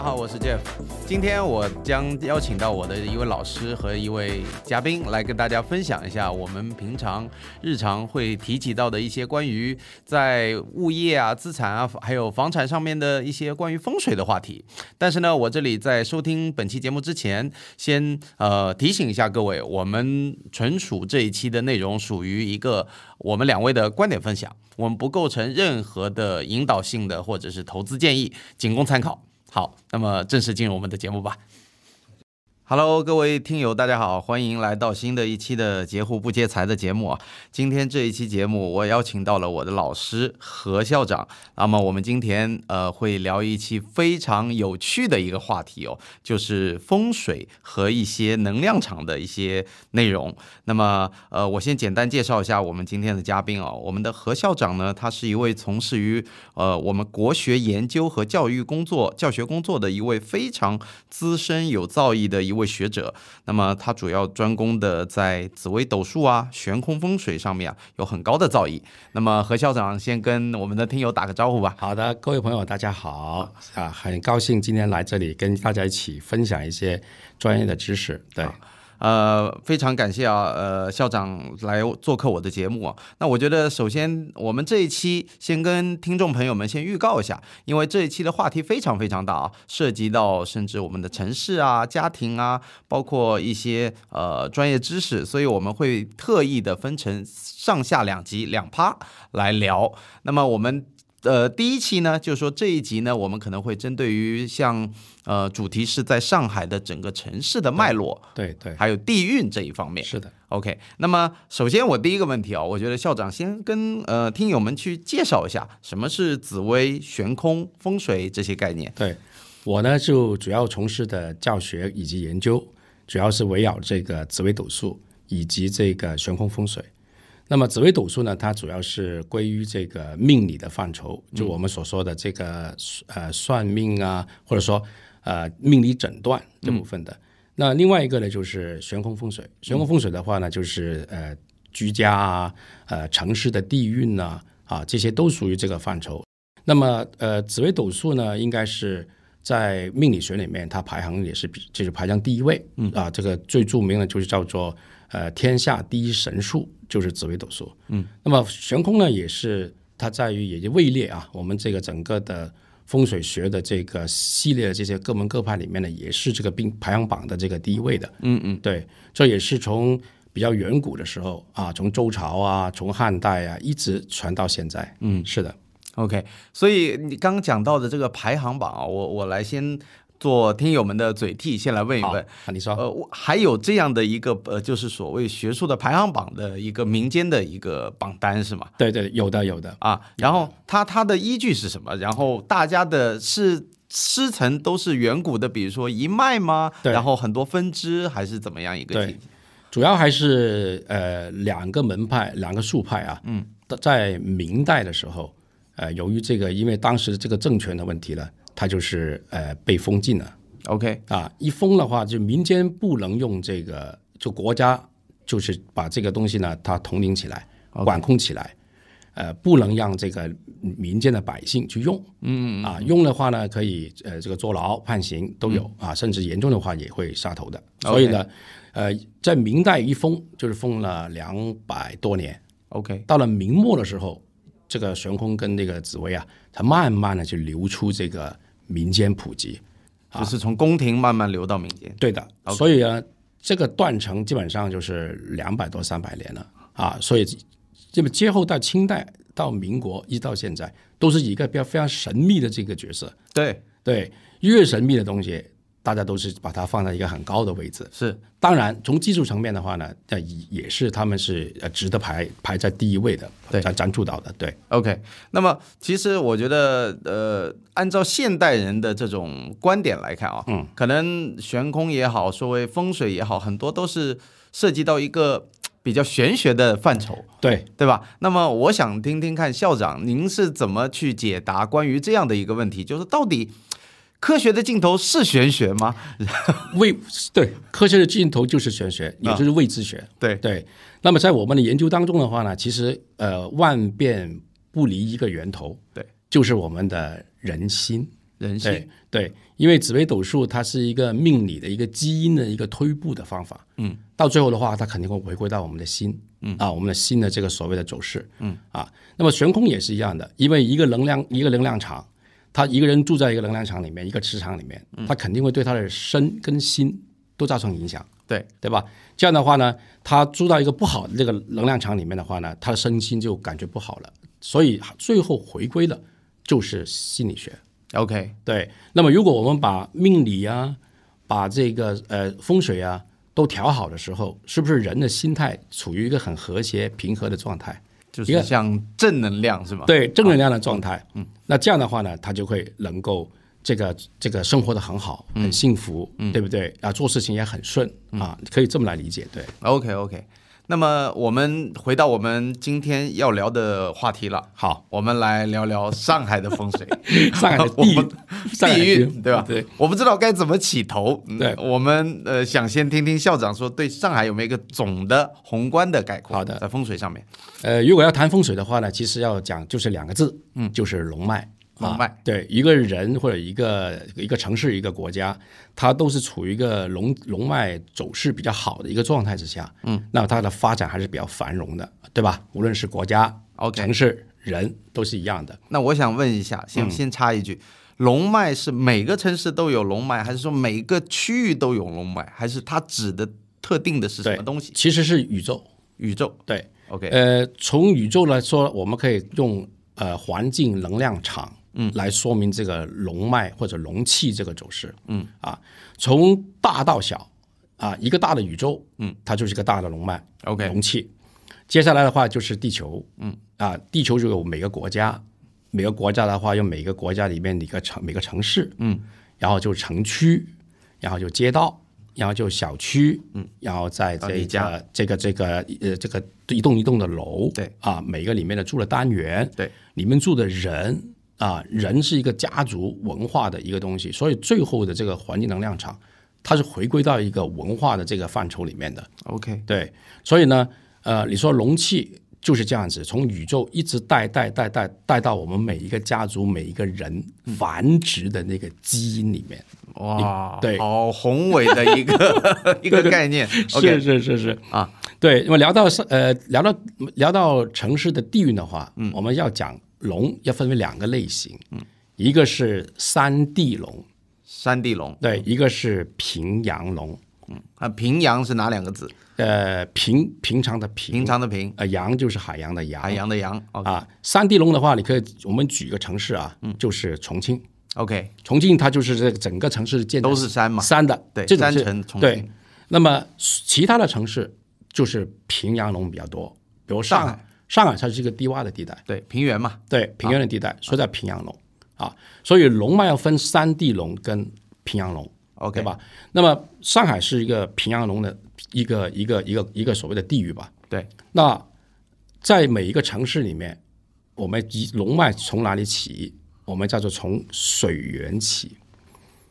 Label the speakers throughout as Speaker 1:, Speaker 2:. Speaker 1: 好，我是 Jeff。今天我将邀请到我的一位老师和一位嘉宾来跟大家分享一下我们平常日常会提及到的一些关于在物业啊、资产啊，还有房产上面的一些关于风水的话题。但是呢，我这里在收听本期节目之前，先呃提醒一下各位，我们纯属这一期的内容属于一个我们两位的观点分享，我们不构成任何的引导性的或者是投资建议，仅供参考。好，那么正式进入我们的节目吧。Hello，各位听友，大家好，欢迎来到新的一期的“截胡不接财”的节目啊。今天这一期节目，我邀请到了我的老师何校长。那么我们今天呃会聊一期非常有趣的一个话题哦，就是风水和一些能量场的一些内容。那么呃，我先简单介绍一下我们今天的嘉宾哦。我们的何校长呢，他是一位从事于呃我们国学研究和教育工作、教学工作的一位非常资深有造诣的一位学者。那么他主要专攻的在紫微斗数啊、悬空风水上面啊有很高的造诣。那么何校长先跟我们的听友打个招呼吧。
Speaker 2: 好的，各位朋友，大家好啊！很高兴今天来这里跟大家一起分享一些专业的知识。对，
Speaker 1: 呃，非常感谢啊，呃，校长来做客我的节目啊。那我觉得，首先我们这一期先跟听众朋友们先预告一下，因为这一期的话题非常非常大啊，涉及到甚至我们的城市啊、家庭啊，包括一些呃专业知识，所以我们会特意的分成上下两集两趴来聊。那么我们。呃，第一期呢，就是说这一集呢，我们可能会针对于像呃主题是在上海的整个城市的脉络，
Speaker 2: 对对，
Speaker 1: 还有地运这一方面。
Speaker 2: 是的，
Speaker 1: OK，那么首先我第一个问题啊、我觉得校长先跟呃听友们去介绍一下什么是紫微、悬空、风水这些概念。
Speaker 2: 对我呢就主要从事的教学以及研究，主要是围绕这个紫微斗数以及这个悬空风水。那么紫微斗数呢，它主要是归于这个命理的范畴，就我们所说的这个呃算命啊，或者说呃命理诊断这部分的。那另外一个呢，就是悬空风水。悬空风水的话呢，就是呃居家啊，呃城市的地运呐、啊，啊这些都属于这个范畴。那么呃紫微斗数呢，应该是在命理学里面它排行也是比就是排上第一位。嗯啊，这个最著名的就是叫做呃天下第一神术，就是紫微斗数。嗯，那么悬空呢，也是它在于也就位列啊，我们这个整个的。风水学的这个系列的这些各门各派里面呢，也是这个并排行榜的这个第一位的。嗯嗯，对，这也是从比较远古的时候啊，从周朝啊，从汉代啊，一直传到现在。嗯，是的，
Speaker 1: OK，所以你刚刚讲到的这个排行榜啊，我我来先做听友们的嘴替，先来问一
Speaker 2: 好
Speaker 1: 问。
Speaker 2: 啊，你说，
Speaker 1: 呃，我还有这样的一个呃，就是所谓学术的排行榜的一个民间的一个榜单是吗？
Speaker 2: 对对，有的有的，
Speaker 1: 啊，然后它它的依据是什么？然后大家的是师承都是远古的，比如说一脉吗？
Speaker 2: 对
Speaker 1: 然后很多分支还是怎么样一个
Speaker 2: 对
Speaker 1: 体系？
Speaker 2: 主要还是呃两个门派，两个术派啊。嗯，在明代的时候，呃，由于这个因为当时这个政权的问题呢，它就是呃被封禁了。
Speaker 1: OK，
Speaker 2: 啊，一封的话，就民间不能用这个，就国家就是把这个东西呢，它统领起来，管控起来，呃，不能让这个民间的百姓去用。嗯啊，用的话呢，可以呃这个坐牢、判刑都有、啊，甚至严重的话也会杀头的。所以呢，呃，在明代一封就是封了两百多年，
Speaker 1: OK，
Speaker 2: 到了明末的时候，这个悬空跟那个紫薇啊，它慢慢的就流出这个民间普及。啊
Speaker 1: 就是从宫廷慢慢流到民间。
Speaker 2: 对的，所以呢，这个断层基本上就是两百多三百年了啊，所以这么接后到清代到民国一直到现在，都是一个比较非常神秘的这个角色。
Speaker 1: 对，
Speaker 2: 对，越神秘的东西，大家都是把它放在一个很高的位置。
Speaker 1: 是
Speaker 2: 当然，从技术层面的话呢，呃，也也是他们是呃值得排排在第一位的，
Speaker 1: 对
Speaker 2: 咱咱主导的，对
Speaker 1: OK。那么其实我觉得，呃，按照现代人的这种观点来看啊，嗯，可能悬空也好，所谓风水也好，很多都是涉及到一个比较玄学的范畴。
Speaker 2: 对。
Speaker 1: 对吧？那么我想听听看校长，您是怎么去解答关于这样的一个问题，就是到底科学的尽头是玄学吗？
Speaker 2: 未对科学的尽头就是玄学，也就是未知学。
Speaker 1: 对
Speaker 2: 对。那么在我们的研究当中的话呢，其实呃万变不离一个源头，
Speaker 1: 对，
Speaker 2: 就是我们的人心。
Speaker 1: 人性
Speaker 2: 对对，因为紫微斗数它是一个命理的一个基因的一个推步的方法，嗯，到最后的话，它肯定会回归到我们的心，嗯啊，我们的心的这个所谓的走势，嗯啊，那么悬空也是一样的，因为一个能量一个能量场，他一个人住在一个能量场里面，一个磁场里面，他肯定会对他的身跟心都造成影响，
Speaker 1: 对
Speaker 2: 对吧？这样的话呢，他住到一个不好的这个能量场里面的话呢，他的身心就感觉不好了，所以最后回归的就是心理学。
Speaker 1: ，OK，
Speaker 2: 对，那么如果我们把命理啊，把这个呃风水啊都调好的时候，是不是人的心态处于一个很和谐平和的状态？
Speaker 1: 就
Speaker 2: 一
Speaker 1: 是
Speaker 2: 个
Speaker 1: 像正能量是吗？
Speaker 2: 对，正能量的状态。嗯，那这样的话呢，他就会能够这个这个生活的很好，很幸福，对不对？啊，做事情也很顺啊，可以这么来理解。对，
Speaker 1: ，OK OK。那么我们回到我们今天要聊的话题了，
Speaker 2: 好，
Speaker 1: 我们来聊聊上海的风水。
Speaker 2: 上海的
Speaker 1: 我
Speaker 2: 地
Speaker 1: 们
Speaker 2: 域， 上海的
Speaker 1: 地运，对吧？
Speaker 2: 对，，
Speaker 1: 我不知道该怎么起头。嗯
Speaker 2: 对
Speaker 1: 我们呃想先听听校长说对上海有没有一个总的宏观的概括。
Speaker 2: 好的
Speaker 1: 在风水上面，
Speaker 2: 呃，如果要谈风水的话呢，其实要讲就是两个字，嗯，就是龙脉。
Speaker 1: 龙脉
Speaker 2: 啊，对一个人或者一个一个城市、一个国家，它都是处于一个龙龙脉走势比较好的一个状态之下，嗯，那它的发展还是比较繁荣的，对吧？无论是国家、
Speaker 1: OK
Speaker 2: 城市、人都是一样的。
Speaker 1: 那我想问一下，先、
Speaker 2: 嗯
Speaker 1: 先插一句，龙脉是每个城市都有龙脉，还是说每个区域都有龙脉，还是它指的特定的是什
Speaker 2: 对
Speaker 1: 么东西？
Speaker 2: 其实是宇宙，
Speaker 1: 宇宙
Speaker 2: 对，
Speaker 1: ？OK，
Speaker 2: 呃，从宇宙来说，我们可以用呃环境能量场，嗯，来说明这个龙脉或者龙气这个走势，嗯啊，从大到小啊，一个大的宇宙，嗯，它就是一个大的龙脉
Speaker 1: OK
Speaker 2: 龙气。接下来的话就是地球，嗯啊，地球就有每个国家，每个国家的话有每个国家里面的一个城每个城市，嗯，然后就城区，然后就街道，然后就小区，嗯，然后在
Speaker 1: 到你
Speaker 2: 这
Speaker 1: 家
Speaker 2: 个这个这个呃这个一栋一栋的楼，
Speaker 1: 对
Speaker 2: 啊，每个里面的住的单元，
Speaker 1: 对，
Speaker 2: 里面住的人啊，人是一个家族文化的一个东西，所以最后的这个环境能量场，它是回归到一个文化的这个范畴里面的，
Speaker 1: OK，
Speaker 2: 对，所以呢，呃，你说容器就是这样子，从宇宙一直带带带带带到我们每一个家族每一个人繁殖的那个基因里面。
Speaker 1: 哇，
Speaker 2: 对
Speaker 1: 好宏伟的 一个 一个概念。
Speaker 2: 是
Speaker 1: OK，
Speaker 2: 是是是
Speaker 1: 啊，
Speaker 2: 对。那么聊到上呃，聊到聊到城市的地域的话，嗯，我们要讲龙要分为两个类型，嗯，一个是山地龙，
Speaker 1: 山地龙
Speaker 2: 对，一个是平阳龙，
Speaker 1: 啊，平阳是哪两个字？
Speaker 2: 呃，平平常的平，
Speaker 1: 平常的平，
Speaker 2: 呃，洋就是海洋的洋，
Speaker 1: 海洋的洋。
Speaker 2: 啊，山地龙的话，你可以我们举一个城市啊，
Speaker 1: 嗯
Speaker 2: 就是重庆，
Speaker 1: OK，
Speaker 2: 重庆它就是这个整个城市建的
Speaker 1: 都是山嘛。
Speaker 2: 山的，
Speaker 1: 对
Speaker 2: 这种
Speaker 1: 山
Speaker 2: 是
Speaker 1: 城重
Speaker 2: 对
Speaker 1: 庆。
Speaker 2: 那么其他的城市就是平阳龙比较多，比如上
Speaker 1: 上啊
Speaker 2: 海，上海它是一个低洼的地带，
Speaker 1: 对，平原嘛。
Speaker 2: 对平原的地带，所以叫平阳龙啊。所以龙脉要分山地龙跟平阳龙
Speaker 1: OK，
Speaker 2: 对吧？那么上海是一个平阳龙的一个一个一个一个所谓的地域吧。
Speaker 1: 对，
Speaker 2: 那在每一个城市里面，我们以龙脉从哪里起？我们叫做从水源起，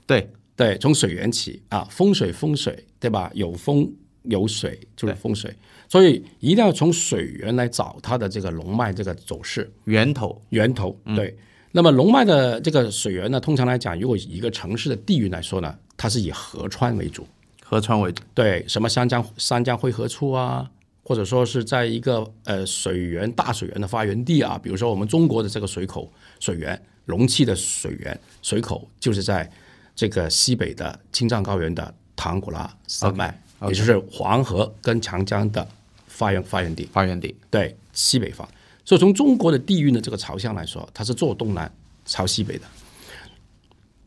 Speaker 1: 对，
Speaker 2: 对，从水源起啊，风水风水，对吧？有风有水就是风水，所以一定要从水源来找它的这个龙脉这个走势
Speaker 1: 源头
Speaker 2: 源头。对，那么龙脉的这个水源呢，通常来讲，如果以一个城市的地域来说呢，它是以河川为主。
Speaker 1: 河川为主。
Speaker 2: 对，什么三江三江汇合处啊，或者说是在一个呃水源大水源的发源地啊，比如说我们中国的这个水口水源，容器的水源水口就是在这个西北的青藏高原的唐古拉山脉也就是黄河跟长江的发源发源地，
Speaker 1: 发源地。
Speaker 2: 对西北方。所以从中国的地域呢这个朝向来说，它是坐东南朝西北的。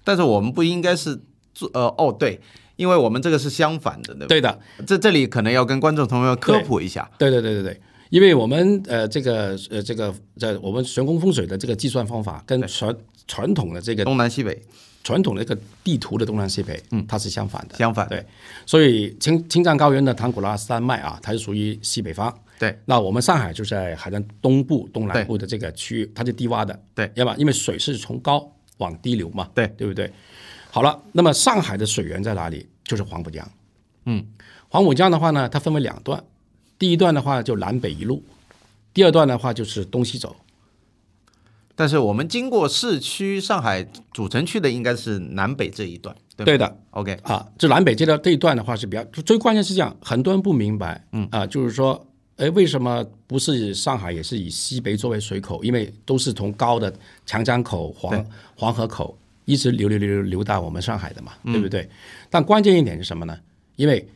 Speaker 1: 但是我们不应该是做呃哦对，因为我们这个是相反的，对吧？
Speaker 2: 对的，
Speaker 1: 这这里可能要跟观众朋友们科
Speaker 2: 对
Speaker 1: 普一下。
Speaker 2: 对对对对对，因为我们呃这个呃这个在我们悬空风水的这个计算方法跟传传统的这个
Speaker 1: 东南西北
Speaker 2: 传统的这个地图的东南西北，嗯，它是相反的。
Speaker 1: 相反，
Speaker 2: 对，所以青青藏高原的唐古拉山脉啊，它是属于西北方。
Speaker 1: 对，
Speaker 2: 那我们上海就在海南东部、东南部的这个区域，它是低洼的。
Speaker 1: 对，
Speaker 2: 要么因为水是从高往低流嘛。
Speaker 1: 对
Speaker 2: 对不对？好了，那么上海的水源在哪里？就是黄浦江。嗯，黄浦江的话呢，它分为两段，第一段的话就南北一路，第二段的话就是东西走。
Speaker 1: 但是我们经过市区上海主城区的应该是南北这一段，对对
Speaker 2: 对的，
Speaker 1: ，OK，
Speaker 2: 啊，这南北这条这一段的话是比较最关键是这样，很多人不明白，嗯啊，就是说，哎，为什么不是上海也是以西北作为水口？因为都是从高的长江口、黄黄河口一直流流流流流到我们上海的嘛，对不对？但关键一点是什么呢？因为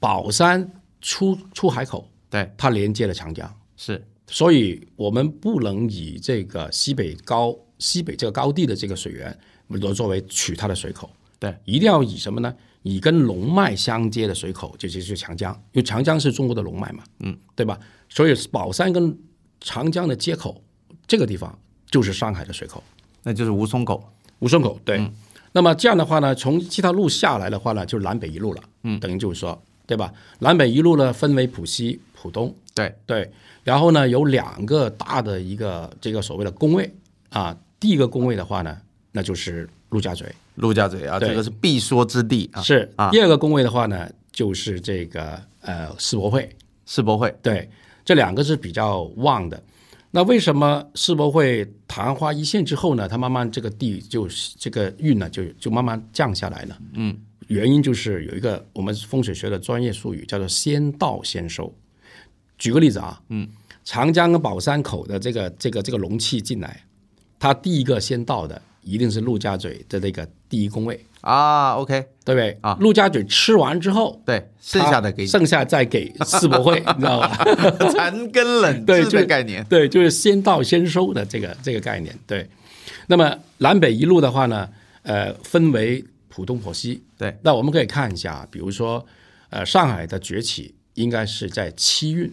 Speaker 2: 宝山出出海口，
Speaker 1: 对，
Speaker 2: 它连接了长江。
Speaker 1: 是
Speaker 2: 所以我们不能以这个西北高西北这个高地的这个水源来作为取它的水口，
Speaker 1: 对，
Speaker 2: 一定要以什么呢？以跟龙脉相接的水口，就就是长江，因为长江是中国的龙脉嘛，嗯，对吧？所以宝山跟长江的接口这个地方就是上海的水口，
Speaker 1: 那就是吴淞口，
Speaker 2: 吴淞口，对。那么这样的话呢，从这条路下来的话呢，就是南北一路了，嗯，等于就是说，对吧？南北一路呢，分为浦西、浦东，
Speaker 1: 对，
Speaker 2: 对，然后呢，有两个大的一个这个所谓的工位啊，第一个工位的话呢，那就是陆家嘴
Speaker 1: 陆家嘴啊，
Speaker 2: 对
Speaker 1: 这个是必说之地啊，
Speaker 2: 是
Speaker 1: 啊
Speaker 2: 第二个工位的话呢，就是这个呃世博会，
Speaker 1: 世博会，
Speaker 2: 对，这两个是比较旺的。那为什么世博会昙花一现之后呢，它慢慢这个地就是这个运呢就就慢慢降下来呢？嗯，原因就是有一个我们风水学的专业术语叫做“先到先收”。举个例子啊，嗯，长江跟宝山口的这个这个这个容器进来，它第一个先到的一定是陆家嘴的那个第一工位，
Speaker 1: 啊，OK，
Speaker 2: 对不对？
Speaker 1: 啊，
Speaker 2: 陆家嘴吃完之后，
Speaker 1: 对，剩下的给你
Speaker 2: 剩下再给世博 会，你知道吧？
Speaker 1: 残羹冷
Speaker 2: 对，
Speaker 1: 炙
Speaker 2: 就是
Speaker 1: 的概念，
Speaker 2: 对，就是先到先收的这个这个概念。对，那么南北一路的话呢，呃，分为浦东、浦西。
Speaker 1: 对，
Speaker 2: 那我们可以看一下，比如说，呃，上海的崛起应该是在七运，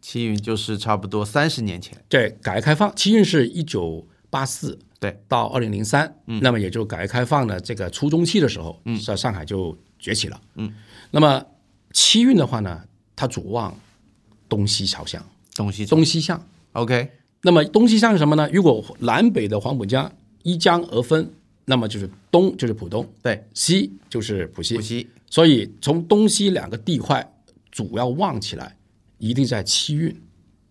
Speaker 1: 七云就是差不多三十年前，
Speaker 2: 对，改革开放，七运是一九八四
Speaker 1: 对
Speaker 2: 到二零零三，那么也就改革开放的这个初中期的时候，嗯，在上海就崛起了。嗯，那么七运的话呢，它主望东西朝向，
Speaker 1: 东西
Speaker 2: 东西向。
Speaker 1: ，OK，
Speaker 2: 那么东西向是什么呢？如果南北的黄浦江依江而分，那么就是东就是浦东，
Speaker 1: 对，
Speaker 2: 西就是浦西
Speaker 1: 浦。西
Speaker 2: 所以从东西两个地块主要旺起来，一定在七运，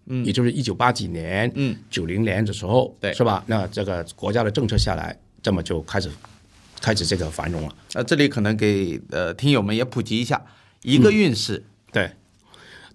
Speaker 2: 嗯，也就是一九八几年、嗯九零年的时候，
Speaker 1: 对
Speaker 2: 是吧？那这个国家的政策下来，这么就开始开始这个繁荣了。
Speaker 1: 啊，这里可能给呃听友们也普及一下，一个运势
Speaker 2: 对，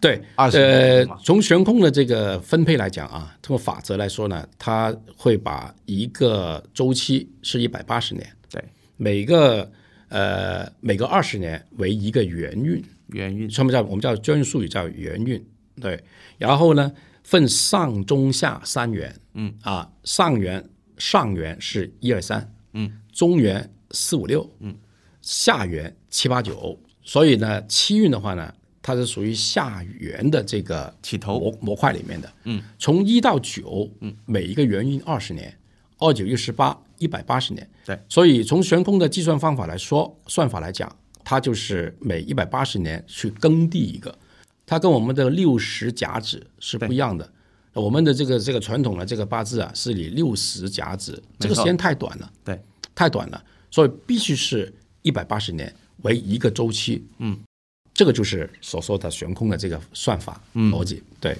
Speaker 2: 对，
Speaker 1: 20
Speaker 2: 呃
Speaker 1: 年嘛，
Speaker 2: 从悬空的这个分配来讲啊，通过法则来说呢，它会把一个周期是一百八十年，
Speaker 1: 对
Speaker 2: 每个呃每个二十年为一个元运，
Speaker 1: 元运，
Speaker 2: 他们叫我们叫专业术语叫元运，对。然后呢，分上中下三元，嗯啊，上元上元是一二三，嗯，中元四五六，嗯，下元七八九。所以呢，七运的话呢，它是属于下元的这个
Speaker 1: 起头
Speaker 2: 模模块里面的，嗯，从一到九，嗯，每一个元运二十年，二九一十八，一百八十年，
Speaker 1: 对，
Speaker 2: 所以从悬空的计算方法来说，算法来讲，它就是每一百八十年去耕地一个，它跟我们的六十甲子是不一样的。我们的这个这个传统的这个八字啊，是以六十甲子，这个时间太短了，
Speaker 1: 对，
Speaker 2: 太短了，所以必须是一百八十年为一个周期。嗯，这个就是所说的悬空的这个算法逻辑。对，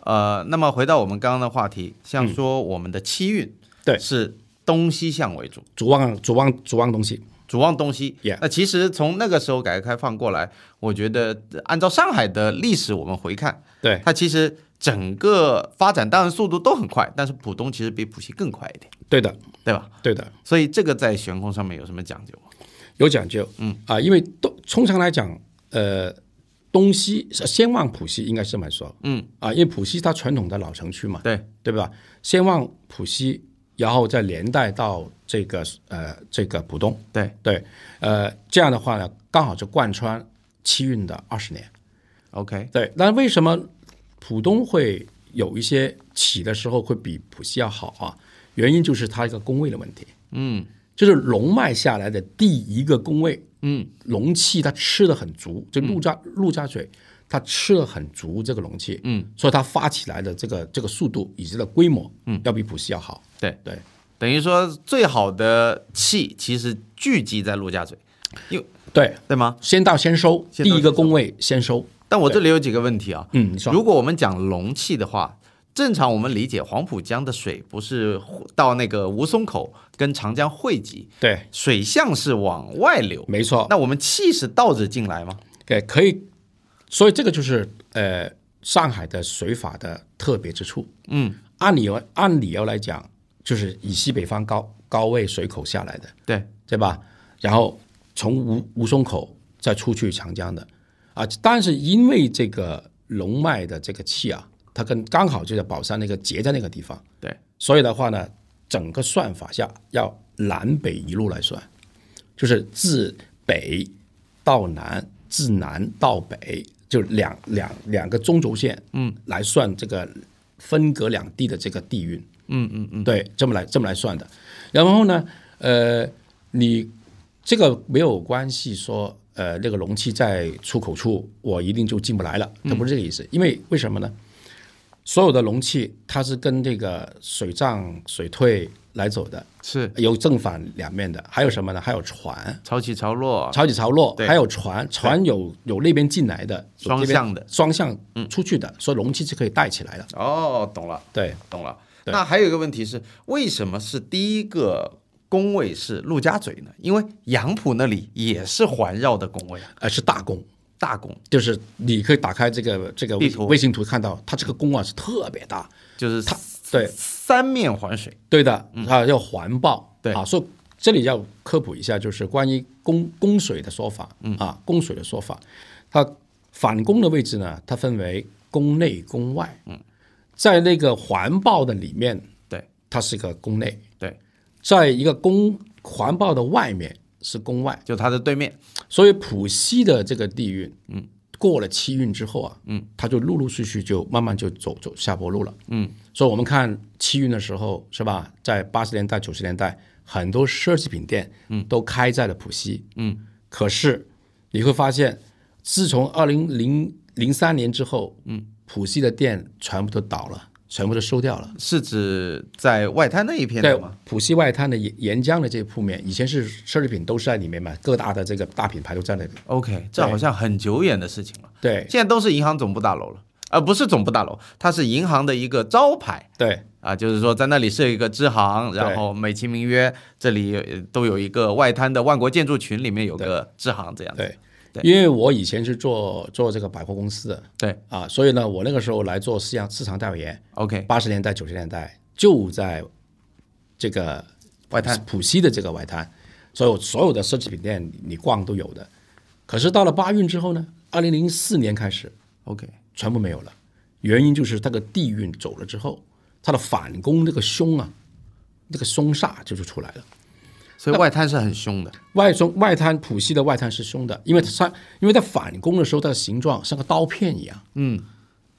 Speaker 1: 呃，那么回到我们刚刚的话题，像说我们的七运，
Speaker 2: 对
Speaker 1: 是东西向为主，
Speaker 2: 主望主望主望东西。
Speaker 1: 主望东西。
Speaker 2: Yeah
Speaker 1: 那其实从那个时候改革开放过来，我觉得呃按照上海的历史，我们回看，
Speaker 2: 对，
Speaker 1: 它其实整个发展当然速度都很快，但是浦东其实比浦西更快一点，
Speaker 2: 对的，
Speaker 1: 对吧？
Speaker 2: 对的。
Speaker 1: 所以这个在悬空上面有什么讲究吗？
Speaker 2: 有讲究，嗯啊，因为东通常来讲，呃，东西先望浦西，应该是这么说，嗯啊，因为浦西它传统的老城区嘛，
Speaker 1: 对，
Speaker 2: 对吧？先望浦西，然后再连带到这个呃这个浦东，
Speaker 1: 对
Speaker 2: 对，呃，这样的话呢，刚好就贯穿七运的二十年。
Speaker 1: ，OK，
Speaker 2: 对，那为什么浦东会有一些起的时候会比浦西要好啊？原因就是它一个工位的问题。嗯，就是龙脉下来的第一个工位，嗯，龙气它吃的很足，这陆家、
Speaker 1: 嗯
Speaker 2: 陆家嘴它吃的很足这个龙气，嗯，所以它发起来的这个这个速度以及它的规模，嗯，要比浦西要好。
Speaker 1: 对
Speaker 2: 对，
Speaker 1: 等于说最好的气其实聚集在陆家嘴，
Speaker 2: 对，
Speaker 1: 对吗？
Speaker 2: 先到先收，
Speaker 1: 先到
Speaker 2: 第一
Speaker 1: 先
Speaker 2: 个
Speaker 1: 收
Speaker 2: 工位先收。
Speaker 1: 但我这里有几个问题啊，
Speaker 2: 嗯，你说
Speaker 1: 如果我们讲龙气的话，正常我们理解黄浦江的水不是到那个吴淞口跟长江汇集，
Speaker 2: 对，
Speaker 1: 水向是往外流，
Speaker 2: 没错。
Speaker 1: 那我们气是倒着进来吗？
Speaker 2: 对，可以，所以这个就是呃上海的水法的特别之处。
Speaker 1: 嗯，
Speaker 2: 按理由按理由来讲，就是以西北方高高位水口下来的，
Speaker 1: 对，
Speaker 2: 对吧？然后从吴吴淞口再出去长江的啊，但是因为这个龙脉的这个气啊，它跟刚好就在宝山那个结在那个地方，
Speaker 1: 对，
Speaker 2: 所以的话呢，整个算法下要南北一路来算，就是自北到南，自南到北，就两两两个中轴线，嗯，来算这个分隔两地的这个地运，
Speaker 1: 嗯嗯嗯，
Speaker 2: 对，这么来这么来算的。然后呢，呃，你这个没有关系说，呃，那个容器在出口处，我一定就进不来了，
Speaker 1: 嗯
Speaker 2: 它不是这个意思。因为为什么呢？所有的容器它是跟这个水涨水退来走的，
Speaker 1: 是
Speaker 2: 有正反两面的。还有什么呢？还有船，
Speaker 1: 潮起潮落，
Speaker 2: 潮起潮落，
Speaker 1: 对
Speaker 2: 还有船，船有有那边进来的，有
Speaker 1: 双
Speaker 2: 这边
Speaker 1: 向的，嗯
Speaker 2: 双向出去的，所以容器是可以带起来的。
Speaker 1: 哦，懂了。
Speaker 2: 对，
Speaker 1: 懂了。
Speaker 2: 对
Speaker 1: 那还有一个问题是，为什么是第一个宫位是陆家嘴呢？因为杨浦那里也是环绕的宫位，
Speaker 2: 呃，是大功。
Speaker 1: 大宫
Speaker 2: 就是你可以打开这个这个
Speaker 1: 地
Speaker 2: 卫
Speaker 1: 图
Speaker 2: 卫星图，看到它这个宫啊是特别大，
Speaker 1: 就是
Speaker 2: 它对
Speaker 1: 三面环水。
Speaker 2: 对的啊，要环抱
Speaker 1: 对
Speaker 2: 啊，所以这里要科普一下，就是关于供供水的说法，啊，供水的说法，它反攻的位置呢，它分为宫内宫外，嗯，在那个环抱的里面，
Speaker 1: 对
Speaker 2: 它是一个宫内，
Speaker 1: 对，
Speaker 2: 在一个宫环抱的外面是宫外，
Speaker 1: 就它的对面。
Speaker 2: 所以浦西的这个地运，嗯，过了七运之后啊，嗯，它就陆陆续续就慢慢就走走下坡路了，嗯，所以我们看七运的时候是吧，在八十年代九十年代，很多奢侈品店，嗯，都开在了浦西，嗯，可是你会发现，自从二零零零三年之后，嗯，浦西的店全部都倒了，全部都收掉了。
Speaker 1: 是指在外滩那一片
Speaker 2: 在
Speaker 1: 的吗？
Speaker 2: 浦西外滩的沿沿江的这些铺面，以前是奢侈品都是在里面嘛，各大的这个大品牌都在那里。
Speaker 1: ？OK，这好像很久远的事情了，
Speaker 2: 对
Speaker 1: 现在都是银行总部大楼了，呃，不是总部大楼，它是银行的一个招牌。
Speaker 2: 对，
Speaker 1: 啊，就是说在那里设一个支行，然
Speaker 2: 对
Speaker 1: 后美其名曰这里呃都有一个外滩的万国建筑群，里面有个支行这样子。
Speaker 2: 对，因为我以前是做做这个百货公司的
Speaker 1: 对
Speaker 2: 啊，所以呢，我那个时候来做市场市场调研，
Speaker 1: ，OK，
Speaker 2: 八十年代九十年代就在这个
Speaker 1: 外滩
Speaker 2: 浦西的这个外滩，所有所有的奢侈品店你逛都有的。可是到了八运之后呢，二零零四年开始
Speaker 1: OK，
Speaker 2: 全部没有了，原因就是它个地运走了之后，它的反攻那个凶啊，那个凶煞就是出来了。
Speaker 1: 所以外滩是很凶的，
Speaker 2: 外中外滩浦西的外滩是凶的，因为它上，因为它反攻的时候，它的形状像个刀片一样，嗯，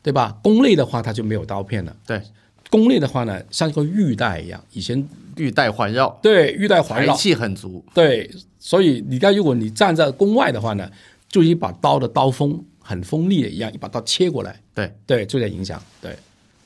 Speaker 2: 对吧？弓类的话，它就没有刀片了。
Speaker 1: 对，
Speaker 2: 弓类的话呢，像一个玉带一样，以前
Speaker 1: 玉带环绕，
Speaker 2: 对玉带环
Speaker 1: 财
Speaker 2: 绕，
Speaker 1: 气很足。
Speaker 2: 对，所以你看，如果你站在宫外的话呢，就一把刀的刀锋很锋利的一样，一把刀切过来，
Speaker 1: 对，
Speaker 2: 对，就在影响，对，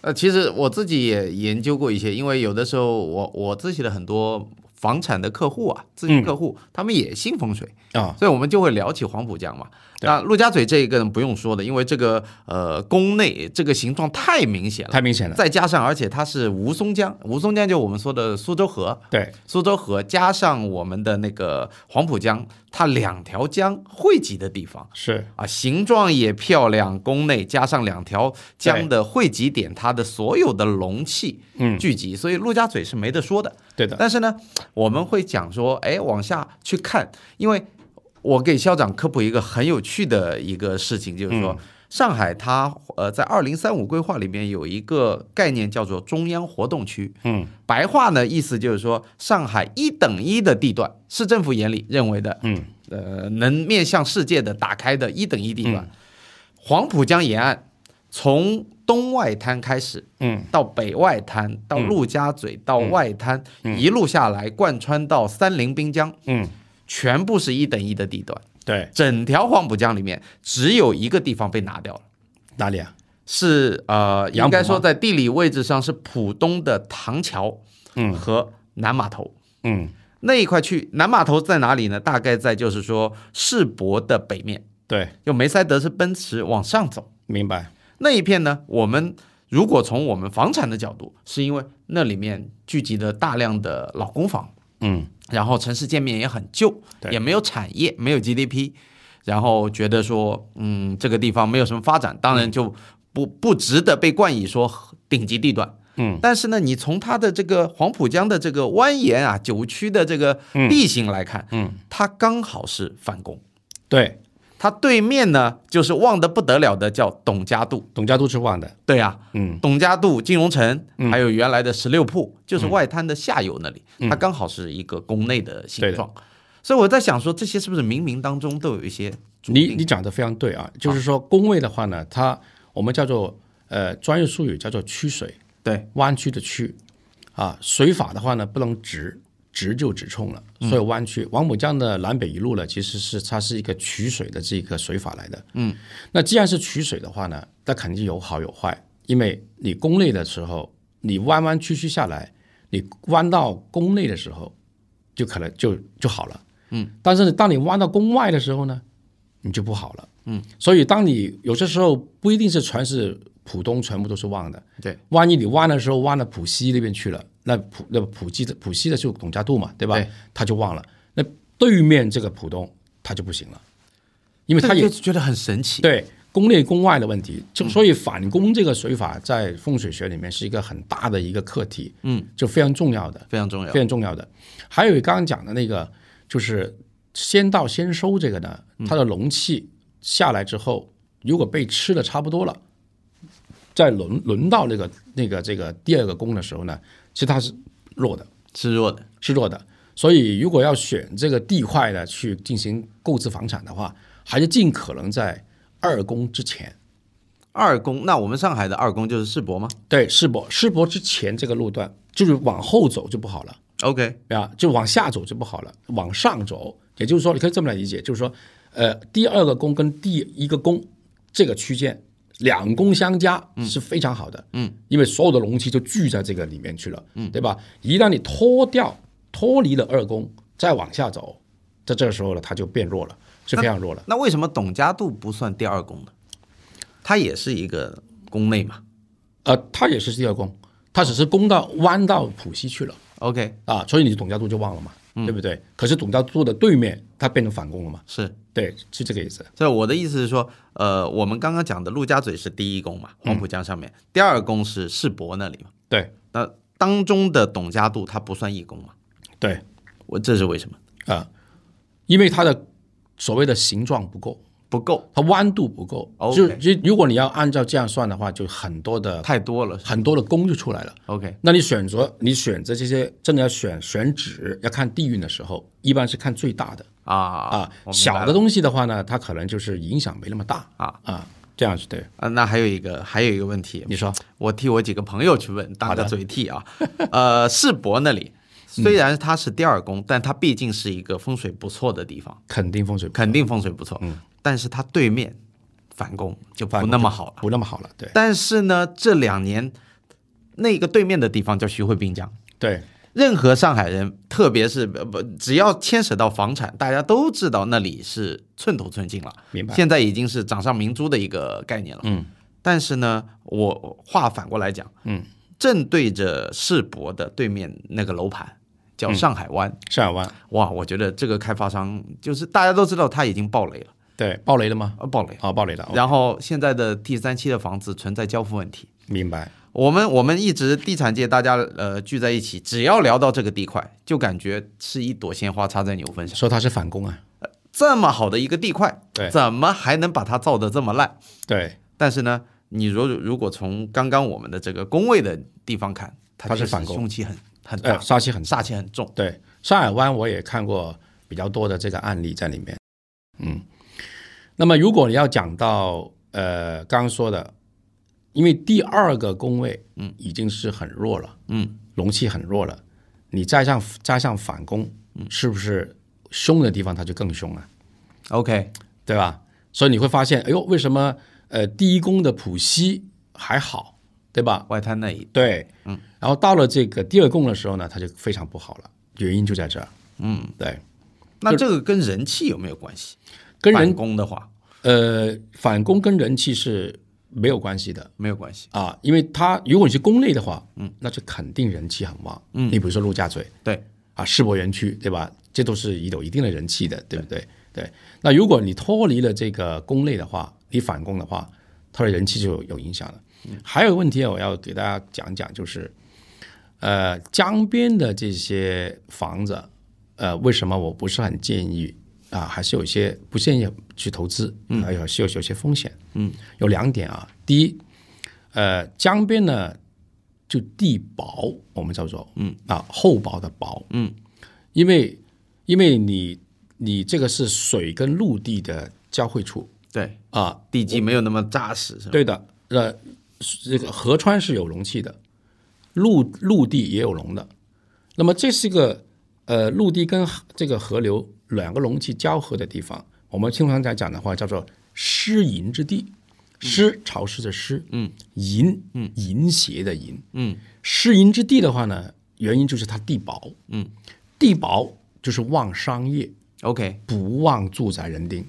Speaker 1: 呃，其实我自己也研究过一些，因为有的时候我我自己的很多房产的客户啊，咨
Speaker 2: 嗯
Speaker 1: 询客户、他们也信风水，
Speaker 2: 啊，
Speaker 1: 所以我们就会聊起黄浦江嘛。那陆家嘴这一个呢不用说的，因为这个呃宫内这个形状太明显了。
Speaker 2: 太明显了，
Speaker 1: 再加上，而且它是吴淞江，吴淞江就我们说的苏州河，
Speaker 2: 对，
Speaker 1: 苏州河加上我们的那个黄浦江，它两条江汇集的地方
Speaker 2: 是，
Speaker 1: 啊，形状也漂亮，宫内加上两条江的汇集点，它的所有的容器
Speaker 2: 嗯
Speaker 1: 聚集，所以陆家嘴是没得说的。
Speaker 2: 对的，
Speaker 1: 但是呢，我们会讲说，哎，往下去看，因为我给校长科普一个很有趣的一个事情，就是
Speaker 2: 嗯
Speaker 1: 说，上海它呃在二零三五规划里面有一个概念叫做中央活动区，
Speaker 2: 嗯，
Speaker 1: 白话呢意思就是说，上海一等一的地段，市政府眼里认为的，
Speaker 2: 嗯，
Speaker 1: 呃，能面向世界的打开的一等一地段，
Speaker 2: 嗯
Speaker 1: 黄浦江沿岸从东外滩开始，
Speaker 2: 嗯，
Speaker 1: 到北外滩，到陆家嘴，到外滩，一路下来贯穿到三菱滨江，
Speaker 2: 嗯，
Speaker 1: 全部是一等一的地段。
Speaker 2: 对，
Speaker 1: 整条黄浦江里面只有一个地方被拿掉了，
Speaker 2: 哪里啊？
Speaker 1: 是呃，
Speaker 2: 杨浦吗
Speaker 1: 应该说在地理位置上是浦东的唐桥，嗯，和南码头。
Speaker 2: 嗯，
Speaker 1: 那一块区，南码头在哪里呢？大概在就是说世博的北面，
Speaker 2: 对，
Speaker 1: 就梅赛德斯奔驰往上走
Speaker 2: 明白，
Speaker 1: 那一片呢，我们如果从我们房产的角度，是因为那里面聚集了大量的老公房，
Speaker 2: 嗯，
Speaker 1: 然后城市界面也很旧，
Speaker 2: 对
Speaker 1: 也没有产业，没有 GDP，然后觉得说，嗯，这个地方没有什么发展，当然就不不值得被冠以说顶级地段。
Speaker 2: 嗯，
Speaker 1: 但是呢，你从它的这个黄浦江的这个蜿蜒啊，九区的这个地形来看，
Speaker 2: 嗯，
Speaker 1: 它刚好是反攻，
Speaker 2: 对，
Speaker 1: 它对面呢就是旺得不得了的叫董家渡，
Speaker 2: 董家渡是旺的，
Speaker 1: 对啊，
Speaker 2: 嗯，
Speaker 1: 董家渡、金融城，还有原来的十六铺，就是
Speaker 2: 嗯
Speaker 1: 外滩的下游那里，它刚好是一个宫内的形状。所以我在想说，这些是不是冥冥当中都有一些注
Speaker 2: 你
Speaker 1: 定？
Speaker 2: 你讲的非常对啊，就是说工位的话呢，它我们叫做呃专业术语叫做曲水，
Speaker 1: 对，
Speaker 2: 弯曲的曲啊，水法的话呢不能直，直就直冲了，所以弯曲。王母江的南北一路呢，其实是它是一个取水的这个水法来的。嗯，那既然是取水的话呢，那肯定有好有坏，因为你宫内的时候，你弯弯曲曲下来，你弯到宫内的时候，就可能就就好了。嗯，但是当你弯到宫外的时候呢，你就不好了。嗯，所以当你有些时候不一定是全是浦东全部都是旺的，
Speaker 1: 对，
Speaker 2: 万一你弯的时候弯到浦西那边去了，那浦那浦西的浦西的就董家渡嘛，对吧？
Speaker 1: 对
Speaker 2: 他就忘了，那对面这个浦东他就不行了，因为他
Speaker 1: 这
Speaker 2: 也
Speaker 1: 个就觉得很神奇。
Speaker 2: 对宫内宫外的问题，就所以反攻这个水法在风水学里面是一个很大的一个课题，嗯，就非常重要的。
Speaker 1: 非常重要
Speaker 2: 非。常重要的。还有刚刚讲的那个，就是先到先收这个呢，它的容器下来之后，如果被吃的差不多了，再轮轮到那个那个这个第二个宫的时候呢，其实它是弱的，
Speaker 1: 示弱的，
Speaker 2: 是弱的。所以如果要选这个地块呢去进行购置房产的话，还是尽可能在二宫之前。
Speaker 1: 二宫，那我们上海的二宫就是世博吗
Speaker 2: 对，世博世博之前这个路段，就是往后走就不好了。
Speaker 1: ？OK，
Speaker 2: 啊，就往下走就不好了，往上走，也就是说，你可以这么来理解，就是说，呃，第二个宫跟第一个宫这个区间，两宫相加是非常好的，嗯，因为所有的容器就聚在这个里面去了，嗯，对吧？一旦你脱掉、脱离了二宫，再往下走，在这个时候呢，它就变弱了，是非常弱了。
Speaker 1: 那为什么董家渡不算第二宫呢？它也是一个宫内嘛。
Speaker 2: 呃，它也是第二宫，它只是宫到弯到浦西去了。
Speaker 1: OK，
Speaker 2: 啊，所以你董家渡就忘了嘛，对不对？可是董家渡的对面，它变成反攻了嘛，
Speaker 1: 是。
Speaker 2: 对，是这个意思。
Speaker 1: 所以我的意思是说，呃，我们刚刚讲的陆家嘴是第一宫嘛，
Speaker 2: 嗯
Speaker 1: 黄浦江上面，第二宫是世博那里嘛。
Speaker 2: 对
Speaker 1: 那当中的董家渡它不算义工嘛？
Speaker 2: 对
Speaker 1: 我这是为什么？
Speaker 2: 啊、因为它的所谓的形状不够，
Speaker 1: 不够，
Speaker 2: 它弯度不够。就
Speaker 1: OK
Speaker 2: 就如果你要按照这样算的话，就很多的
Speaker 1: 太多了。
Speaker 2: 很多的弓就出来了。
Speaker 1: OK，
Speaker 2: 那你选择你选择这些真的要选选址要看地运的时候，一般是看最大的
Speaker 1: 啊
Speaker 2: 啊，
Speaker 1: 我明白
Speaker 2: 小的东西的话呢，它可能就是影响没那么大
Speaker 1: 啊
Speaker 2: 啊，这样是对。
Speaker 1: 啊，那还有一个还有一个问题，
Speaker 2: 你说
Speaker 1: 我替我几个朋友去问，当个嘴替 啊。呃，世博那里
Speaker 2: 嗯
Speaker 1: 虽然它是第二宫，但它毕竟是一个风水不错的地方，
Speaker 2: 肯定风水
Speaker 1: 肯定风水不错。嗯，但是它对面反攻就
Speaker 2: 反
Speaker 1: 不
Speaker 2: 攻
Speaker 1: 那么好了。
Speaker 2: 不那么好了，对
Speaker 1: 但是呢，这两年那个对面的地方叫徐汇滨江。
Speaker 2: 对
Speaker 1: 任何上海人，特别是呃不只要牵扯到房产，大家都知道那里是寸土寸金了。
Speaker 2: 明白
Speaker 1: 现在已经是掌上明珠的一个概念了。嗯，但是呢，我话反过来讲，嗯，正对着世博的对面那个楼盘
Speaker 2: 嗯
Speaker 1: 叫上海湾，
Speaker 2: 上海湾
Speaker 1: 哇，我觉得这个开发商就是大家都知道他已经爆雷了，
Speaker 2: 对爆雷了吗？
Speaker 1: 呃，爆雷。
Speaker 2: 啊，爆雷了，
Speaker 1: 然后现在的第三期的房子存在交付问题，
Speaker 2: 明白。
Speaker 1: 我们我们一直地产界大家呃聚在一起，只要聊到这个地块，就感觉是一朵鲜花插在牛粪上。
Speaker 2: 说它是反攻啊，
Speaker 1: 这么好的一个地块，
Speaker 2: 对
Speaker 1: 怎么还能把它造得这么烂？
Speaker 2: 对，
Speaker 1: 但是呢，你如如果从刚刚我们的这个工位的地方看，它
Speaker 2: 它是
Speaker 1: 确实
Speaker 2: 反攻
Speaker 1: 凶气很很
Speaker 2: 呃，
Speaker 1: 大，
Speaker 2: 杀气很
Speaker 1: 煞气很重。
Speaker 2: 对，上海湾我也看过比较多的这个案例在里面。嗯，那么如果你要讲到呃刚刚说的，因为第二个宫位嗯已经是很弱了，
Speaker 1: 嗯，
Speaker 2: 容器很弱了，你再上加上反攻，是不是凶的地方它就更凶啊？
Speaker 1: OK，
Speaker 2: 对吧？所以你会发现，哎呦，为什么呃第一宫的浦西还好，对吧？
Speaker 1: 外滩那一
Speaker 2: 对，嗯，然后到了这个第二宫的时候呢，它就非常不好了，原因就在这儿。嗯，对，
Speaker 1: 那这个跟人气有没有关系？
Speaker 2: 跟人
Speaker 1: 反攻的话，
Speaker 2: 呃反攻跟人气是没有关系的
Speaker 1: 没有关系。
Speaker 2: 啊，因为它如果你是宫内的话，嗯，那就肯定人气很旺。嗯，你比如说陆家嘴
Speaker 1: 对，
Speaker 2: 啊，世博园区，对吧？这都是有一定的人气的，对不对？对。那如果你脱离了这个宫内的话，你反攻的话，它的人气就有有影响了。还有一个问题啊我要给大家讲讲，就是，呃，江边的这些房子，呃，为什么我不是很建议啊？还是有一些不建议去投资，嗯，还有是有有些风险，嗯，有两点啊。第一，呃，江边呢，就地薄，我们叫做，嗯啊，厚薄的薄，嗯，因为因为你你这个是水跟陆地的交汇处
Speaker 1: 对，
Speaker 2: 啊，
Speaker 1: 地基没有那么扎实，是吧？
Speaker 2: 对的，呃，这个河川是有容器的，陆陆地也有容的。那么这是一个呃陆地跟河这个河流两个容器交合的地方，我们经常在讲的话叫做湿淫之地。湿潮湿的湿，嗯，淫，嗯，淫邪的淫，嗯，湿淫之地的话呢，原因就是它地薄，嗯，地薄就是旺商业，
Speaker 1: OK，
Speaker 2: 不旺住宅人丁，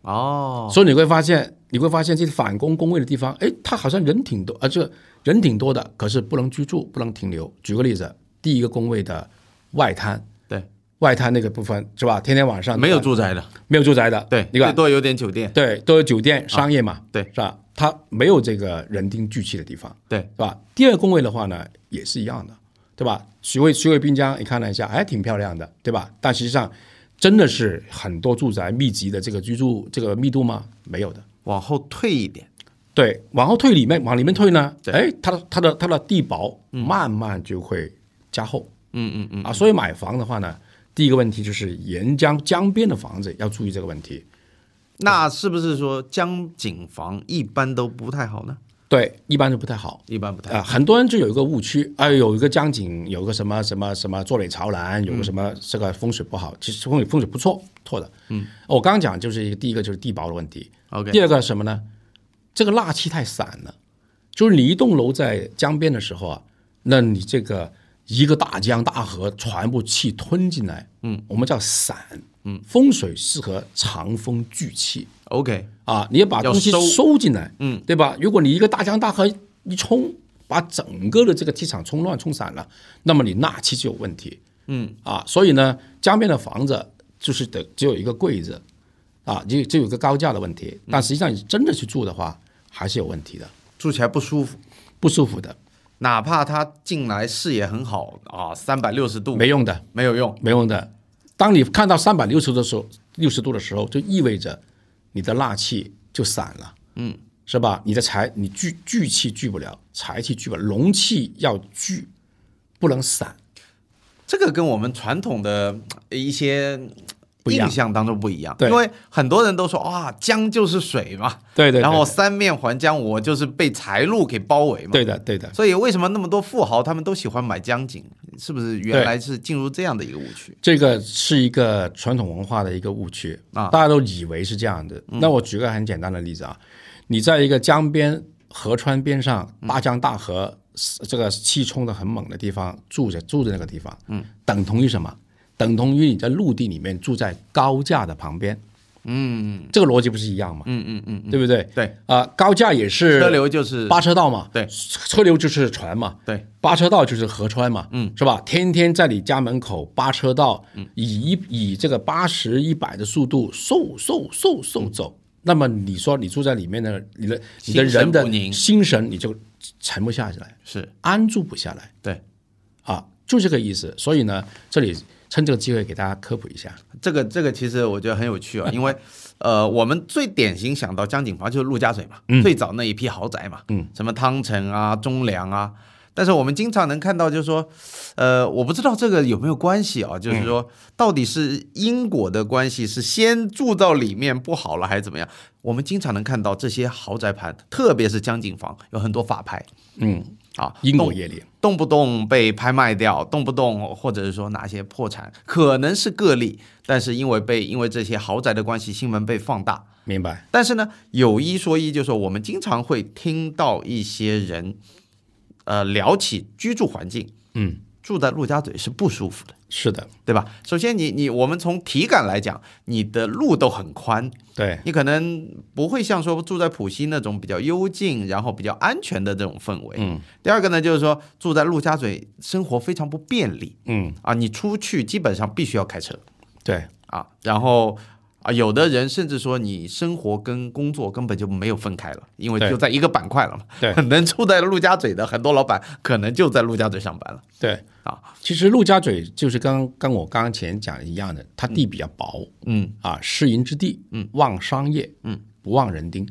Speaker 1: 哦，
Speaker 2: 所以你会发现，你会发现这些反攻工位的地方，哎，它好像人挺多，啊，这人挺多的，可是不能居住，不能停留。举个例子，第一个工位的外滩，
Speaker 1: 对，
Speaker 2: 外滩那个部分是吧？天天晚上
Speaker 1: 没有住宅的，
Speaker 2: 没有住宅的，
Speaker 1: 对，
Speaker 2: 你看
Speaker 1: 最多有点酒店，
Speaker 2: 对，都有酒店、商业嘛，
Speaker 1: 对
Speaker 2: 是吧？它没有这个人丁聚集的地方，
Speaker 1: 对，
Speaker 2: 是吧？第二工位的话呢，也是一样的，对吧？徐汇徐汇滨江，你看了一下，哎，挺漂亮的，对吧？但实际上，真的是很多住宅密集的这个居住这个密度吗？没有的。
Speaker 1: 往后退一点，
Speaker 2: 对，往后退里面，往里面退呢，哎，它的它的它的地薄，慢慢就会加厚。
Speaker 1: 嗯嗯嗯，
Speaker 2: 啊，所以买房的话呢，第一个问题就是沿江江边的房子要注意这个问题。
Speaker 1: 那是不是说江景房一般都不太好呢？
Speaker 2: 对，一般都不太好。
Speaker 1: 一般不太
Speaker 2: 啊、很多人就有一个误区，啊、有一个江景，有个什么什么什么坐北朝
Speaker 1: 嗯
Speaker 2: 南，有个什么这个风水不好，其实风水风水不错，错的。嗯，我刚讲就是一个第一个就是地薄的问题，
Speaker 1: OK，
Speaker 2: 第二个是什么呢？这个蜡气太散了，就是你一栋楼在江边的时候啊，那你这个一个大江大河全部气吞进来，嗯，我们叫散，嗯，风水适合长风聚气
Speaker 1: OK，
Speaker 2: 啊，你要把东西
Speaker 1: 要收
Speaker 2: 收进来，嗯，对吧？如果你一个大江大河一冲，把整个的这个气场冲乱冲散了，那么你纳气就有问题，嗯啊，所以呢，江边的房子就是得只有一个柜子，啊，就就有一个高价的问题，但实际上你真的去住的话，还是有问题的，
Speaker 1: 住起来不舒服，
Speaker 2: 不舒服的，
Speaker 1: 哪怕它进来视野很好啊，三百六十度
Speaker 2: 没用的。
Speaker 1: 没有用，
Speaker 2: 没用的。当你看到三百六十的时候，六十度的时候，就意味着你的纳气就散了，嗯，是吧？你的财你聚聚气聚不了，财气聚不了，龙气要聚，不能散。
Speaker 1: 这个跟我们传统的呃一些呃
Speaker 2: 不一样
Speaker 1: 印象当中不一样，
Speaker 2: 对
Speaker 1: 因为很多人都说啊，江就是水嘛，
Speaker 2: 对
Speaker 1: 然后三面环江，我就是被财路给包围嘛。
Speaker 2: 对的对的，
Speaker 1: 所以为什么那么多富豪他们都喜欢买江景？是不是原来是进入这样的一个误区？
Speaker 2: 这个是一个传统文化的一个误区
Speaker 1: 啊
Speaker 2: 大家都以为是这样的。那我举个很简单的例子啊，你在一个江边、河川边上，大江大河、这个气冲的很猛的地方住着住着那个地方，嗯，等同于什么？等同于你在陆地里面住在高架的旁边，嗯，这个逻辑不是一样吗？嗯嗯嗯，对不对？
Speaker 1: 对
Speaker 2: 啊、高架也是
Speaker 1: 车流就是
Speaker 2: 八车道嘛，
Speaker 1: 对
Speaker 2: 车流就是船嘛，
Speaker 1: 对，
Speaker 2: 八车道就是河川嘛，嗯，是吧？天天在你家门口八车道，
Speaker 1: 嗯
Speaker 2: 以一以这个八十一百的速度嗖嗖嗖嗖走，那么你说你住在里面的，你的你的
Speaker 1: 嗯心神
Speaker 2: 人的
Speaker 1: 不宁
Speaker 2: 心神你就沉不下来，
Speaker 1: 是
Speaker 2: 安住不下来
Speaker 1: 对，
Speaker 2: 啊，就这个意思。所以呢，这里趁这个机会给大家科普一下，
Speaker 1: 这个这个其实我觉得很有趣啊、因为呃，我们最典型想到江景房就是陆家嘴嘛，
Speaker 2: 嗯
Speaker 1: 最早那一批豪宅嘛，嗯，什么汤臣啊、中粮啊。但是我们经常能看到，就是说，呃，我不知道这个有没有关系啊，
Speaker 2: 嗯
Speaker 1: 就是说，到底是因果的关系，是先住到里面不好了，还是怎么样？我们经常能看到这些豪宅盘，特别是江景房，有很多法拍
Speaker 2: 嗯，
Speaker 1: 啊，
Speaker 2: 因
Speaker 1: 动
Speaker 2: 果业力，
Speaker 1: 动不动被拍卖掉，动不动或者是说哪些破产，可能是个例，但是因为被因为这些豪宅的关系，新闻被放大。
Speaker 2: 明白？
Speaker 1: 但是呢，有一说一，就是说我们经常会听到一些人，呃，聊起居住环境，
Speaker 2: 嗯，
Speaker 1: 住在陆家嘴是不舒服的，
Speaker 2: 是的，
Speaker 1: 对吧？首先你，你我们从体感来讲，你的路都很宽，
Speaker 2: 对，
Speaker 1: 你可能不会像说住在浦西那种比较幽静，然后比较安全的这种氛围。嗯。第二个呢，就是说住在陆家嘴，生活非常不便利
Speaker 2: 嗯，
Speaker 1: 啊，你出去基本上必须要开车
Speaker 2: 对，
Speaker 1: 啊，然后。啊，有的人甚至说你生活跟工作根本就没有分开了，因为
Speaker 2: 对
Speaker 1: 就在一个板块了嘛。
Speaker 2: 对
Speaker 1: 能住在陆家嘴的很多老板，可能就在陆家嘴上班了。
Speaker 2: 对
Speaker 1: 啊。
Speaker 2: 其实陆家嘴就是刚刚我刚前讲的一样的，它地比较薄，
Speaker 1: 嗯
Speaker 2: 啊，市营之地，嗯，旺商业，
Speaker 1: 嗯，
Speaker 2: 不旺人丁，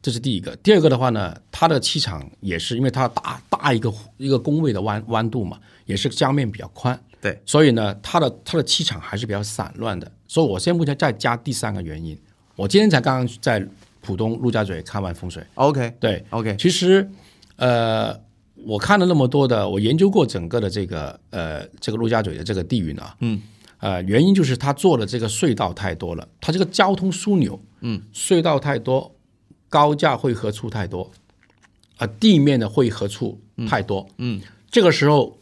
Speaker 2: 这是第一个。第二个的话呢，它的气场也是因为它大大一个一个工位的弯弯度嘛，也是江面比较宽，
Speaker 1: 对，
Speaker 2: 所以呢，它的它的气场还是比较散乱的。所以我现在目前再加第三个原因，我今天才刚刚在浦东陆家嘴看完风水，
Speaker 1: ，OK
Speaker 2: 对，
Speaker 1: OK，
Speaker 2: 其实，呃，我看了那么多的，我研究过整个的这个呃这个陆家嘴的这个地域呢，嗯，呃，原因就是它做的这个隧道太多了，它这个交通枢纽，嗯，隧道太多，高架汇合处太多，啊、地面的汇合处太多，嗯，这个时候，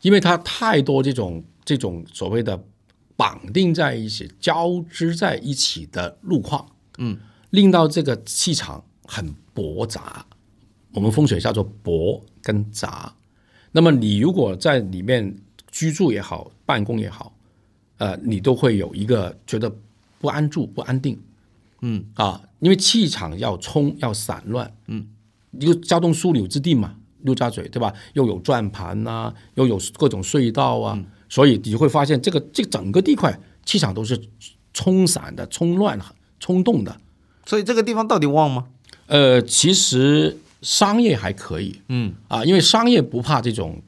Speaker 2: 因为它太多这种这种所谓的绑定在一起、交织在一起的路况，嗯，令到这个气场很驳杂。我们风水叫做驳跟杂。那么你如果在里面居住也好，办公也好，呃，你都会有一个觉得不安住、不安定，嗯啊，因为气场要冲要散乱，嗯，一个交通枢纽之地嘛，陆家嘴对吧？又有转盘呐、又有各种隧道啊，所以你会发现这个这整个地块气场都是冲散的、冲乱的、冲动的，
Speaker 1: 所以这个地方到底旺吗？
Speaker 2: 呃，其实商业还可以，嗯啊，因为商业不怕这种